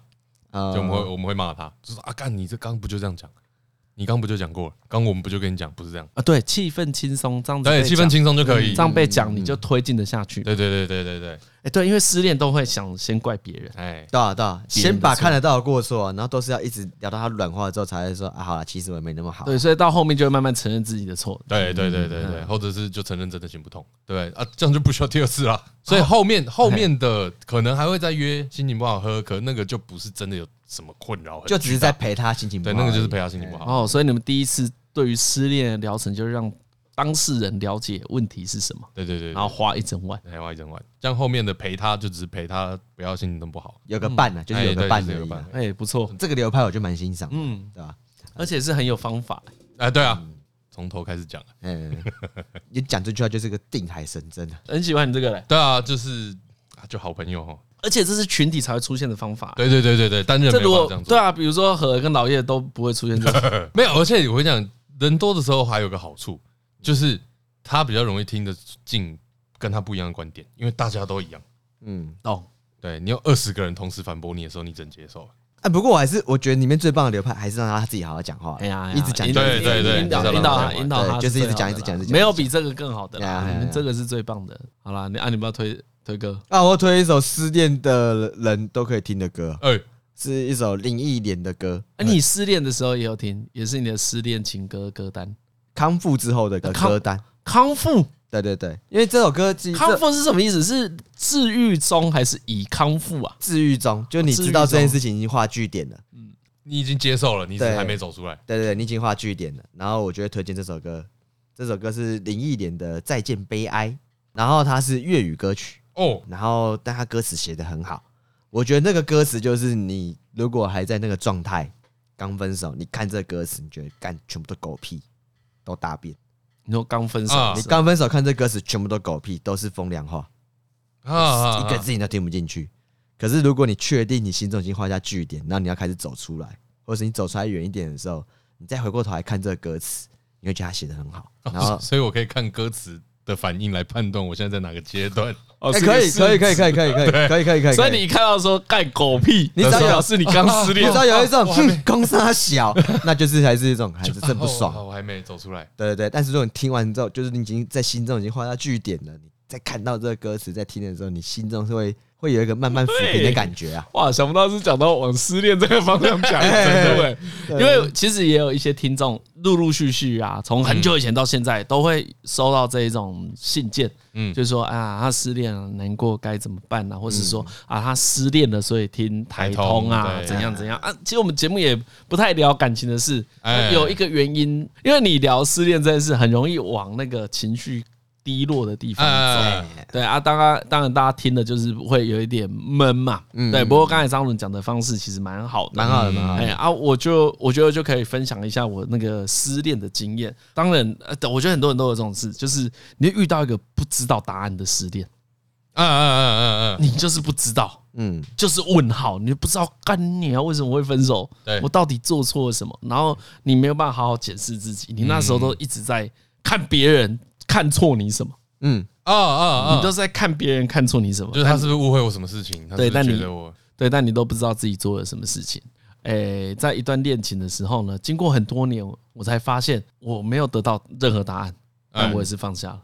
B: 啊
C: 就我们会我们会骂他，就说啊，干你这刚刚不就这样讲？你刚不就讲过了？刚我们不就跟你讲不是这样？
A: 啊，对，气氛轻松，这样子
C: 对，
A: 被
C: 气氛
A: 讲嗯
C: 轻松就可以。嗯
A: 这样被讲，你就推进得下去。
C: 对对对对对对，
A: 哎，对，因为失恋都会想先怪别人，
C: 哎，
B: 对啊对啊，
A: 别人
B: 先
A: 的
B: 把
A: 错
B: 看得到的过错，然后都是要一直聊到他软化了之后，才会说啊，好了，其实我也没那么好。
A: 对，所以到后面就会慢慢承认自己的错。
C: 对对对对对，或者是就承认真的行不通，对啊，这样就不需要第二次了。所以后面后面的可能还会再约，心情不好喝，可那个就不是真的有什么困扰，很
B: 就只是
C: 巨
B: 在
C: 大
B: 陪他心情不
C: 对
B: 好。
C: 那个就是陪。他心情不好。
A: 哦，所以你们第一次对于失恋的疗程，就是让当事人了解问题是什么，
C: 对对对，
A: 然后花一整晚。
C: 对花一整晚，这样后面的陪他就只是陪他不要心情都不好，
B: 有个伴呢、啊，就是有个伴
C: 哎对就是
B: 而
C: 有
B: 已
C: 个
B: 啊、
C: 伴
A: 哎，不错，
B: 这个流派我就蛮欣赏，嗯
A: 嗯，
B: 对吧？
A: 而且是很有方法。
C: 哎，对啊，从头开始讲，
B: 嗯，你讲这句话就是个定海神针啊。
A: 很喜欢你这个嘞，
C: 对啊，就是啊就好朋友哦，
A: 而且这是群体才会出现的方法。
C: 对对对对对，单人
A: 这
C: 没
A: 如
C: 有办
A: 果
C: 法这样
A: 对
C: 做，
A: 啊，比如说何跟老叶都不会出现这
C: (laughs)
A: 种。
C: 没有，而且我跟你讲，人多的时候还有个好处，就是他比较容易听得进跟他不一样的观点，因为大家都一样。
B: 嗯，
A: 懂，
C: 对你有二十个人同时反驳你的时候，你只能接受。
B: 哎，不过我还是我觉得里面最棒的流派还是让他自己好好讲话，
A: 哎呀，
B: 一直讲，
A: 引
C: 对对对
A: 引导
C: 对
A: 引导他，
C: 对
A: 引导他，
B: 就是一
A: 最
B: 直
A: 好
B: 讲
A: 的
B: 一直
A: 啦
B: 讲一直讲
A: 啊没有比这个更好的
B: 哎呀
A: 啦
B: 哎呀。
A: 你
B: 哎
A: 们
B: 呀
A: 这个是最棒的。好啦，你啊，你们要推推歌，
B: 啊，我推一首失恋的人都可以听的歌，
C: 哎、
B: 是一首林忆莲的歌，
A: 哎，你失恋的时候也有听，也是你的失恋情歌歌单。
B: 康复之后的
A: 康
B: 歌单。
A: 康复，
B: 对对对，因为这首歌其实
A: 康
B: 这
A: 复是什么意思？是治愈中还是已康复啊？
B: 治愈中，就你知道这件事情已经画句点了。
C: 你已经接受了，你只是
B: 对
C: 还没走出来。
B: 对对对，你已经画句点了。然后我就会推荐这首歌，这首歌是林忆莲的《再见悲哀》，然后它是粤语歌曲，
C: 哦，
B: 然后但它歌词写的很好。我觉得那个歌词就是你如果还在那个状态，刚分手，你看这个歌词，你觉得干全部都狗屁，都大便。
A: 你说刚分手
C: 啊
A: 的
B: 你
A: 时候，
B: 刚分手看这歌词，全部都狗屁，都是风凉话，
C: 啊啊
B: 一个字你都听不进去。可是如果你确定你心中已经画下句点，然后你要开始走出来，或者是你走出来远一点的时候，你再回过头来看这个歌词，你会觉得他写的很好。然后
C: 啊，所以我可以看歌词的反应来判断我现在在哪个阶段。
A: 哦
B: 哎，可以，可以，可以，可以，可以，可以，可以，可以，可以。
A: 所以你看到说干狗屁，
B: 你只要有
A: 表示你刚失
B: 你
A: 恋
B: 知，道有一种
C: 我还没
B: 哼，公司他小，那就是还是一种还是真不
C: 啊
B: 爽。
C: 我还没走出来。
B: 对对对，但是如果你听完之后，就是你已经在心中已经画下句点了，你再看到这个歌词，在听的时候，你心中是会会有一个慢慢抚平的感觉啊。
A: 哇，想不到是讲到往失恋这个方向
C: (laughs)
A: 讲，真
C: 哎
A: 的欸因为其实也有一些听众陆陆续续啊，从很久以前到现在都会收到这一种信件，
C: 嗯，
A: 就是说啊，他失恋了，难过该怎么办呢、啊？或是说啊，他失恋了，所以听台通啊
C: 台，通对
A: 怎样怎样啊？其实我们节目也不太聊感情的事，
C: 哎
A: 有一个原因，因为你聊失恋这件事，很容易往那个情绪低落的地方走。
C: 哎，
A: 对啊，当然，当然，大家听的就是会有一点闷嘛。对。不过刚才张伦讲的方式其实蛮好的，
B: 嗯蛮好的蛮好的
A: 哎啊，我就我觉得就可以分享一下我那个失恋的经验。当然，呃，我觉得很多人都有这种事，就是你遇到一个不知道答案的失恋，
C: 嗯嗯嗯嗯嗯，
A: 你就是不知道，
B: 嗯，
A: 就是问号，你不知道干你啊，为什么会分手？
C: 对
A: 我到底做错了什么？然后你没有办法好好检视自己，你那时候都一直在看别人看错你什么，
B: 嗯，
C: 啊啊啊！
A: 你都是在看别人看错你什么，
C: 就是他是不是误会我什么事情？他是
A: 对
C: 不
A: 但
C: 是
A: 你
C: 觉得我
A: 对，但你都不知道自己做了什么事情。诶、在一段恋情的时候呢，经过很多年，我才发现我没有得到任何答案，但
C: 哎
A: 我也是放下了。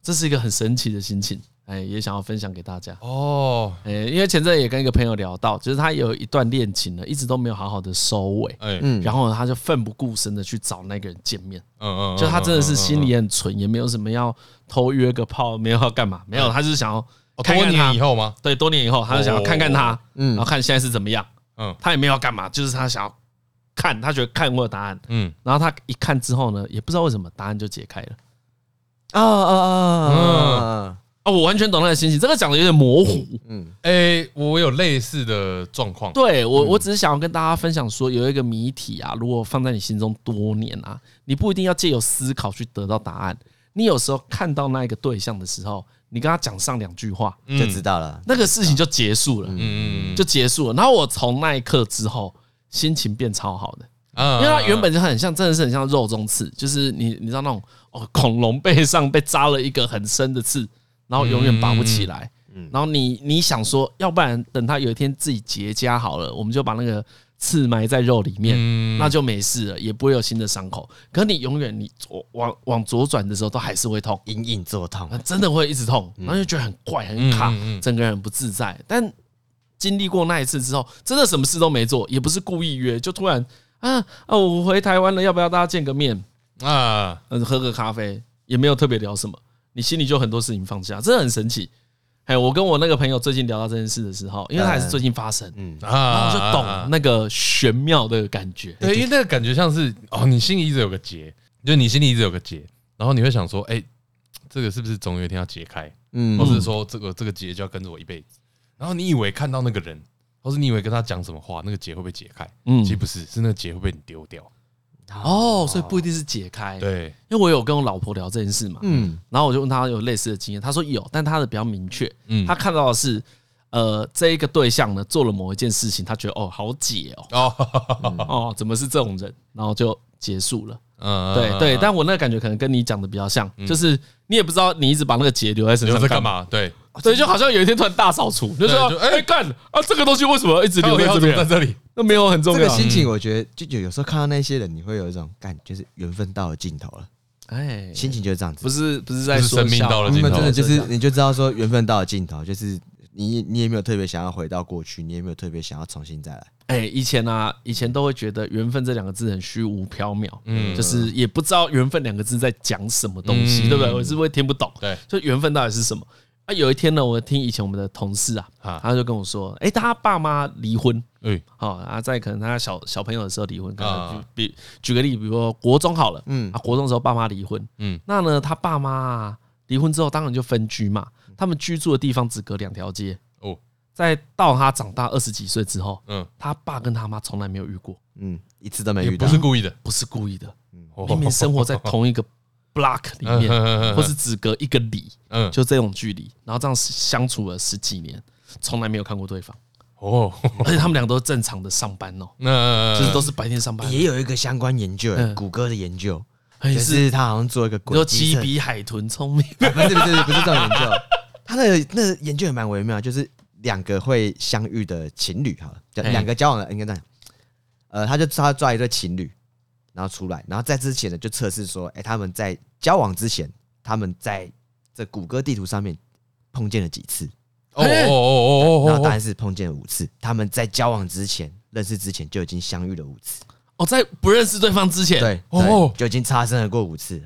A: 这是一个很神奇的心情，哎、也想要分享给大家。
C: 哦，
A: 哎、因为前阵也跟一个朋友聊到，就是他有一段恋情呢，一直都没有好好的收尾，
C: 哎，嗯
B: 嗯
A: 然后呢他就奋不顾身的去找那个人见面，
C: 嗯，
A: 就他真的是心里
C: 嗯嗯嗯
A: 很蠢，也没有什么要偷约个炮，没有要干嘛，没有，他就是想要
C: 哦
A: 看
C: 多
A: 看他
C: 年以后哦吗？
A: 对，多年以后，他就想要看看他，
B: 嗯
A: 然后看现在是怎么样。
C: 嗯
A: 他也没有要干嘛，就是他想要看，他觉得看我有答案。
C: 嗯，
A: 然后他一看之后呢，也不知道为什么答案就解开了。
B: 啊啊啊啊！
A: 哦，我完全懂他的心情，这个讲的有点模糊。
B: 嗯
C: 哎，我有类似的状况。
A: 对我，我只是想要跟大家分享说，有一个谜题啊，如果放在你心中多年啊，你不一定要借由思考去得到答案。你有时候看到那一个对象的时候，你跟他讲上两句话，
B: 嗯，就知道了。
A: 那个事情就结束了，
C: 嗯嗯，
A: 就结束了。然后我从那一刻之后，心情变超好的。
C: 因
A: 嗯因为它
C: 嗯
A: 原本就很像，真的是很像肉中刺，就是你你知道那种哦，恐龙背上被扎了一个很深的刺，然后永远拔不起来。然后你你想说，要不然等它有一天自己结痂好了，我们就把那个刺埋在肉里面，
C: 嗯
A: 那就没事了，也不会有新的伤口。可你永远你左往往左转的时候都还是会痛，
B: 隐隐作痛
A: 那，真的会一直痛，然后就觉得很怪很卡
C: 嗯嗯，嗯
A: 整个人不自在。但经历过那一次之后，真的什么事都没做，也不是故意约，就突然啊哦，我回台湾了，要不要大家见个面？
C: 啊，
A: 嗯，喝个咖啡，也没有特别聊什么，你心里就很多事情放下，真的很神奇。
C: 嗯
A: 哎，我跟我那个朋友最近聊到这件事的时候，因为他也是最近发生，
B: 嗯，
A: 然后我
C: 啊，
A: 就懂那个玄妙的感觉。
C: 对，因为那个感觉像是哦，你心里一直有个结，就是你心里一直有个结，然后你会想说，哎、这个是不是总有一天要解开，
B: 嗯
C: 或是说这个这个结就要跟着我一辈子？然后你以为看到那个人，或是你以为跟他讲什么话，那个结会被解开，
A: 嗯
C: 其实不是，是那个结会被你丢掉。
A: 哦，所以不一定是解开。，
C: 对，
A: 因为我有跟我老婆聊这件事嘛，
B: 嗯，
A: 然后我就问她有类似的经验，她说有，但她的比较明确，
C: 嗯
A: 她看到的是，呃，这一个对象呢做了某一件事情，她觉得哦好解哦，
C: 哦，
A: 哦怎么是这种人，然后就结束了。
C: 嗯
A: 对对，但我那个感觉可能跟你讲的比较像，就是你也不知道你一直把那个结留在身
C: 你
A: 上
C: 又在干。嘛？对，
A: 对，就好像有一天突然大扫除，就说
C: 对就哎
A: 哎干啊，这个东西为什么一直留
C: 留
A: 在这
C: 在
A: 边？
C: 这里，
A: 那没有很
B: 这
A: 重
B: 个
A: 要。
B: 心情，我觉得就有有时候看到那些人，你会有一种感，就是缘分到了尽头了，
A: 哎，
B: 心情就是这样子
A: 不。是不是在
C: 不是
A: 说
C: 生命
A: 笑
C: 到
A: 话
C: 了
B: 你
C: 尽
B: 们
C: 头
B: 真的就
A: 这
B: 是
A: 样，
B: 你就知道说缘分到了尽头，就是你你也没有特别想要回到过去，你也没有特别想要重新再来。
A: 哎，以前啊，以前都会觉得缘分这两个字很虚无缥缈，嗯，
C: 嗯
A: 就是也不知道缘分两个字在讲什么东西，
C: 嗯
A: 对不对？我是不会听不懂，
C: 对
A: 就缘分到底是什么？啊，有一天呢，我听以前我们的同事啊，
C: 啊
A: 他就跟我说，哎，他爸妈离婚，
C: 哎，
A: 好、啊，在可能他小小朋友的时候离婚，可能
C: 啊
A: 比比举个例，比如说国中好了，嗯
B: 嗯
A: 啊，国中的时候爸妈离婚，嗯
C: 嗯，
A: 那呢他爸妈啊离婚之后，当然就分居嘛，他们居住的地方只隔两条街，
C: 哦，
A: 在到他长大二十几岁之后，
C: 嗯，
A: 他爸跟他妈从来没有遇过，
B: 嗯，一次都没
C: 也
B: 遇到
C: 不。是故意的，
A: 不是故意的，明
C: 明
A: 明生活在同一个 block 里面，
C: 哦嗯
A: 或是只隔一个里，
C: 嗯，
A: 就这种距离，然后这样相处了十几年，从来没有看过对方，
C: 哦，嗯
A: 而且他们俩都正常的上班哦，
C: 那
A: 就是都是白天上班，
B: 也有一个相关研究
A: 嗯，
B: 谷歌的研究，
A: 哎
B: 就是是他好像做一个
A: 你说
B: 轨迹
A: 鸡
B: 测，
A: 比海豚聪明， (laughs)
B: 啊不是不是不是不是这种研究，他那个那个研究也蛮微妙，就是两个会相遇的情侣，好了，就
A: 嘿
B: 两个交往的应该这样，呃，他就他抓一对情侣，然后出来，然后在之前呢就测试说，哎，他们在交往之前，他们在这谷歌地图上面碰见了几次，
C: 哦哦哦
B: 然
C: 哦
B: 后
C: 哦
B: 答，案是碰见了五次，他们在交往之前。认识之前就已经相遇了五次，
A: 哦，在不认识对方之前，
B: 对，
C: 哦
B: 对就已经擦身而过五次了，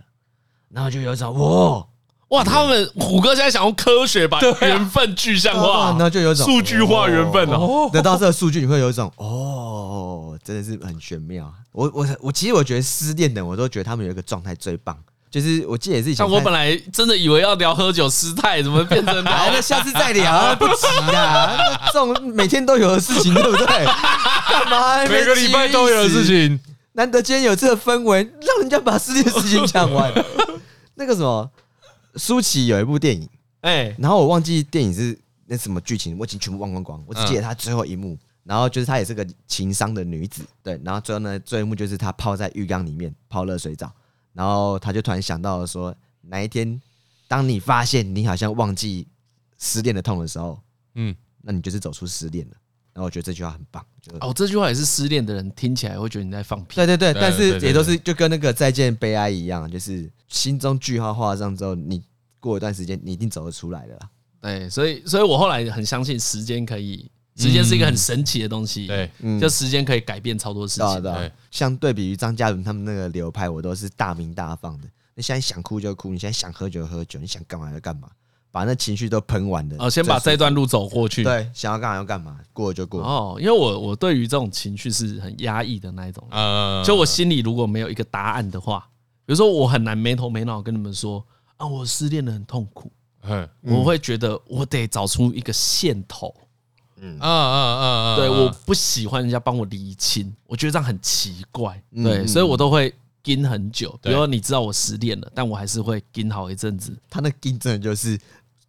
B: 然后就有一种哇，
A: 哇，他们虎哥现在想用科学把缘分具象化，
B: 啊
C: 啊
B: 然哦后就有一种
A: 数据化缘分哦。
B: 得到这个数据，你会有一种哦，真的是很玄妙。我我我其实我觉得失恋的，我都觉得他们有一个状态最棒，就是我记得也是以前
A: 像我
B: 看
A: 本来真的以为要聊喝酒失态，怎么变成
B: 好，
A: 聊
B: 那下次
A: (laughs)
B: 再聊，不急啦，这种每天都有的事情，对
A: (laughs)
B: 不对？干嘛？
C: 每个礼拜都有的事，情，
B: 难得今天有这个氛围，让人家把失恋的事情讲完。那个什么，舒淇有一部电影，
A: 哎
B: 然后我忘记电影是那什么剧情，我已经全部忘光光，我只记得她最后一
C: 嗯
B: 幕。然后就是她也是个情商的女子，对。然后最后呢，最后一幕就是她泡在浴缸里面泡热水澡，然后她就突然想到了说，哪一天当你发现你好像忘记失恋的痛的时候，
C: 嗯，
B: 那你就是走出失恋了。然后我觉得这句话很棒，就
A: 哦，这句话也是失恋的人听起来会觉得你在放屁。
B: 对对对，
C: 对
B: 但
C: 对
B: 是
C: 对对
B: 也都是就跟那个再见悲哀一样，就是心中句号画上之后，你过一段时间你一定走得出来的啦。
A: 对，所以所以我后来很相信时间可以，时间是一个很神奇的东西。
C: 对，
B: 嗯
A: 就时间可以改变超多事
B: 对啊
A: 情。
B: 对啊
C: 对，
B: 相对比于张嘉伦他们那个流派，我都是大鸣大放的。你现在想哭就哭，你现在想喝酒就喝酒，你想干嘛就干嘛，把那情绪都喷完的。
A: 哦，先把这段路走过去。
B: 对，想要干嘛就干嘛，过就过。
A: 哦，因为我我对于这种情绪是很压抑的那一种人。
B: 嗯
C: 呃，
A: 就我心里如果没有一个答案的话，比如说我很难没头没脑跟你们说啊，我失恋的很痛苦，
C: 嗯，
A: 我会觉得我得找出一个线头，
C: 啊啊啊啊，
A: 对，我不喜欢人家帮我理清，我觉得这样很奇怪，
B: 嗯
A: 对，
B: 嗯
A: 所以我都会盯很久。比
C: 对
A: 如说你知道我失恋了，但我还是会盯好一阵子。
B: 他那盯真的就是，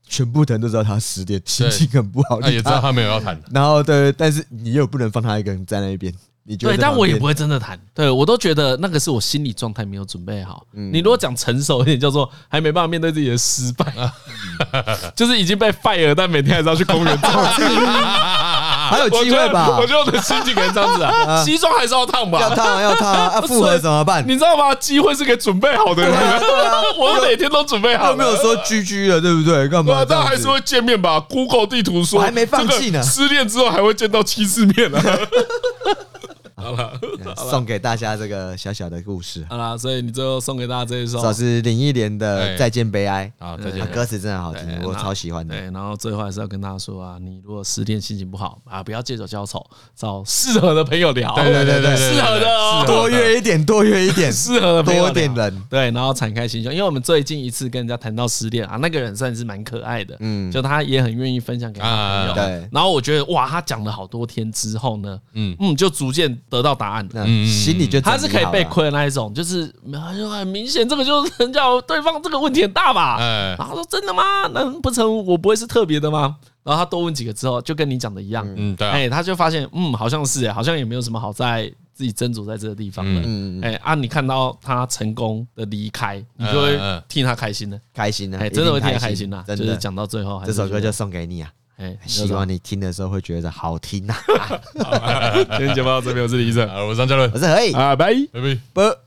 B: 全部的人都知道他失恋，心情很不好，
A: 哎
C: 那也知道
B: 他
C: 他没有要谈的，
B: 然后对，但是你又不能放他一个人在那一边，你觉得？
A: 对，但我也不会真的谈，对我都觉得那个是我心理状态没有准备好。
B: 嗯
A: 你如果讲成熟一点，叫做还没办法面对自己的失 (laughs) 败，就是已经被 fire，但每天还是要去公园走。
B: (laughs) 还有机会吧
A: (laughs) 我觉得我的心情可能这样
B: (laughs)
A: 子啊，西装还是要烫吧，
B: 要烫啊要烫啊啊！复合怎么办？
A: 你知道吗？机会是给准备好的人，
B: 啊
A: (laughs) 我每天都准备好了。
B: 又没有说居居了，对不对？干
A: 对啊
B: 嘛？
A: 但还是会见面吧。Google 地图说
B: 我还没放弃
A: 这
B: 呢
A: 个失恋之后还会见到七次面呢、啊。
B: 送给大家这个小小的故事，
A: (laughs) 好啦，所以你最后送给大家这一首
B: 这是林忆莲的
C: 哎
B: 《再见悲哀》
C: 啊再见
B: 啊歌词真的好听，
A: 对
B: 我
A: 那
B: 超喜欢的。
A: 对，然后最后还是要跟大家说啊，你如果失恋心情不好啊，不要借酒浇愁，找适合的朋友聊。
C: 对对对对对
A: 适合的哦，
B: 多约一点，多约一点，
A: 适合的朋友
B: 多
A: 聊
B: 点人。
A: 对，然后敞开心胸，因为我们最近一次跟人家谈到失恋啊，那个人算是蛮可爱的，嗯，就他也很愿意分享给他朋友。
C: 啊
B: 对
A: 然后我觉得哇，他讲了好多天之后呢，嗯
C: 嗯
A: 嗯，就逐渐得到答案了。
B: 那心里就
A: 嗯 (laughs) 他是可以被亏
B: 亏。
A: 的那一种，就是哎呦很明显，这个就是人家有对方这个问题很大吧。
C: 哎
A: 然后说真的吗？那不成我不会是特别的吗？然后他多问几个之后，就跟你讲的一样，
C: 嗯，对啊，
A: 哎，他就发现嗯，好像是哎，好像也没有什么好在自己斟酌在这个地方了。
B: 嗯，
A: 哎啊，你看到他成功的离开，你就会
C: 嗯嗯
A: 替他开心的。
B: 开心啊，
A: 哎，真的会替他
B: 挺
A: 开心呐！就
B: 真
A: 是
B: 的，
A: 讲到最后还
B: 这
A: 是觉
B: 首
A: 得，
B: 歌就送给你啊，
A: 哎，
B: 希 (laughs) 望你听的时候会觉得好
A: (laughs)
B: 听啊。
A: 今天节目到这边，我是李医生，
C: 好我是张嘉伦
B: 我，是何以
A: 啊，拜。
C: 拜拜。
B: 不。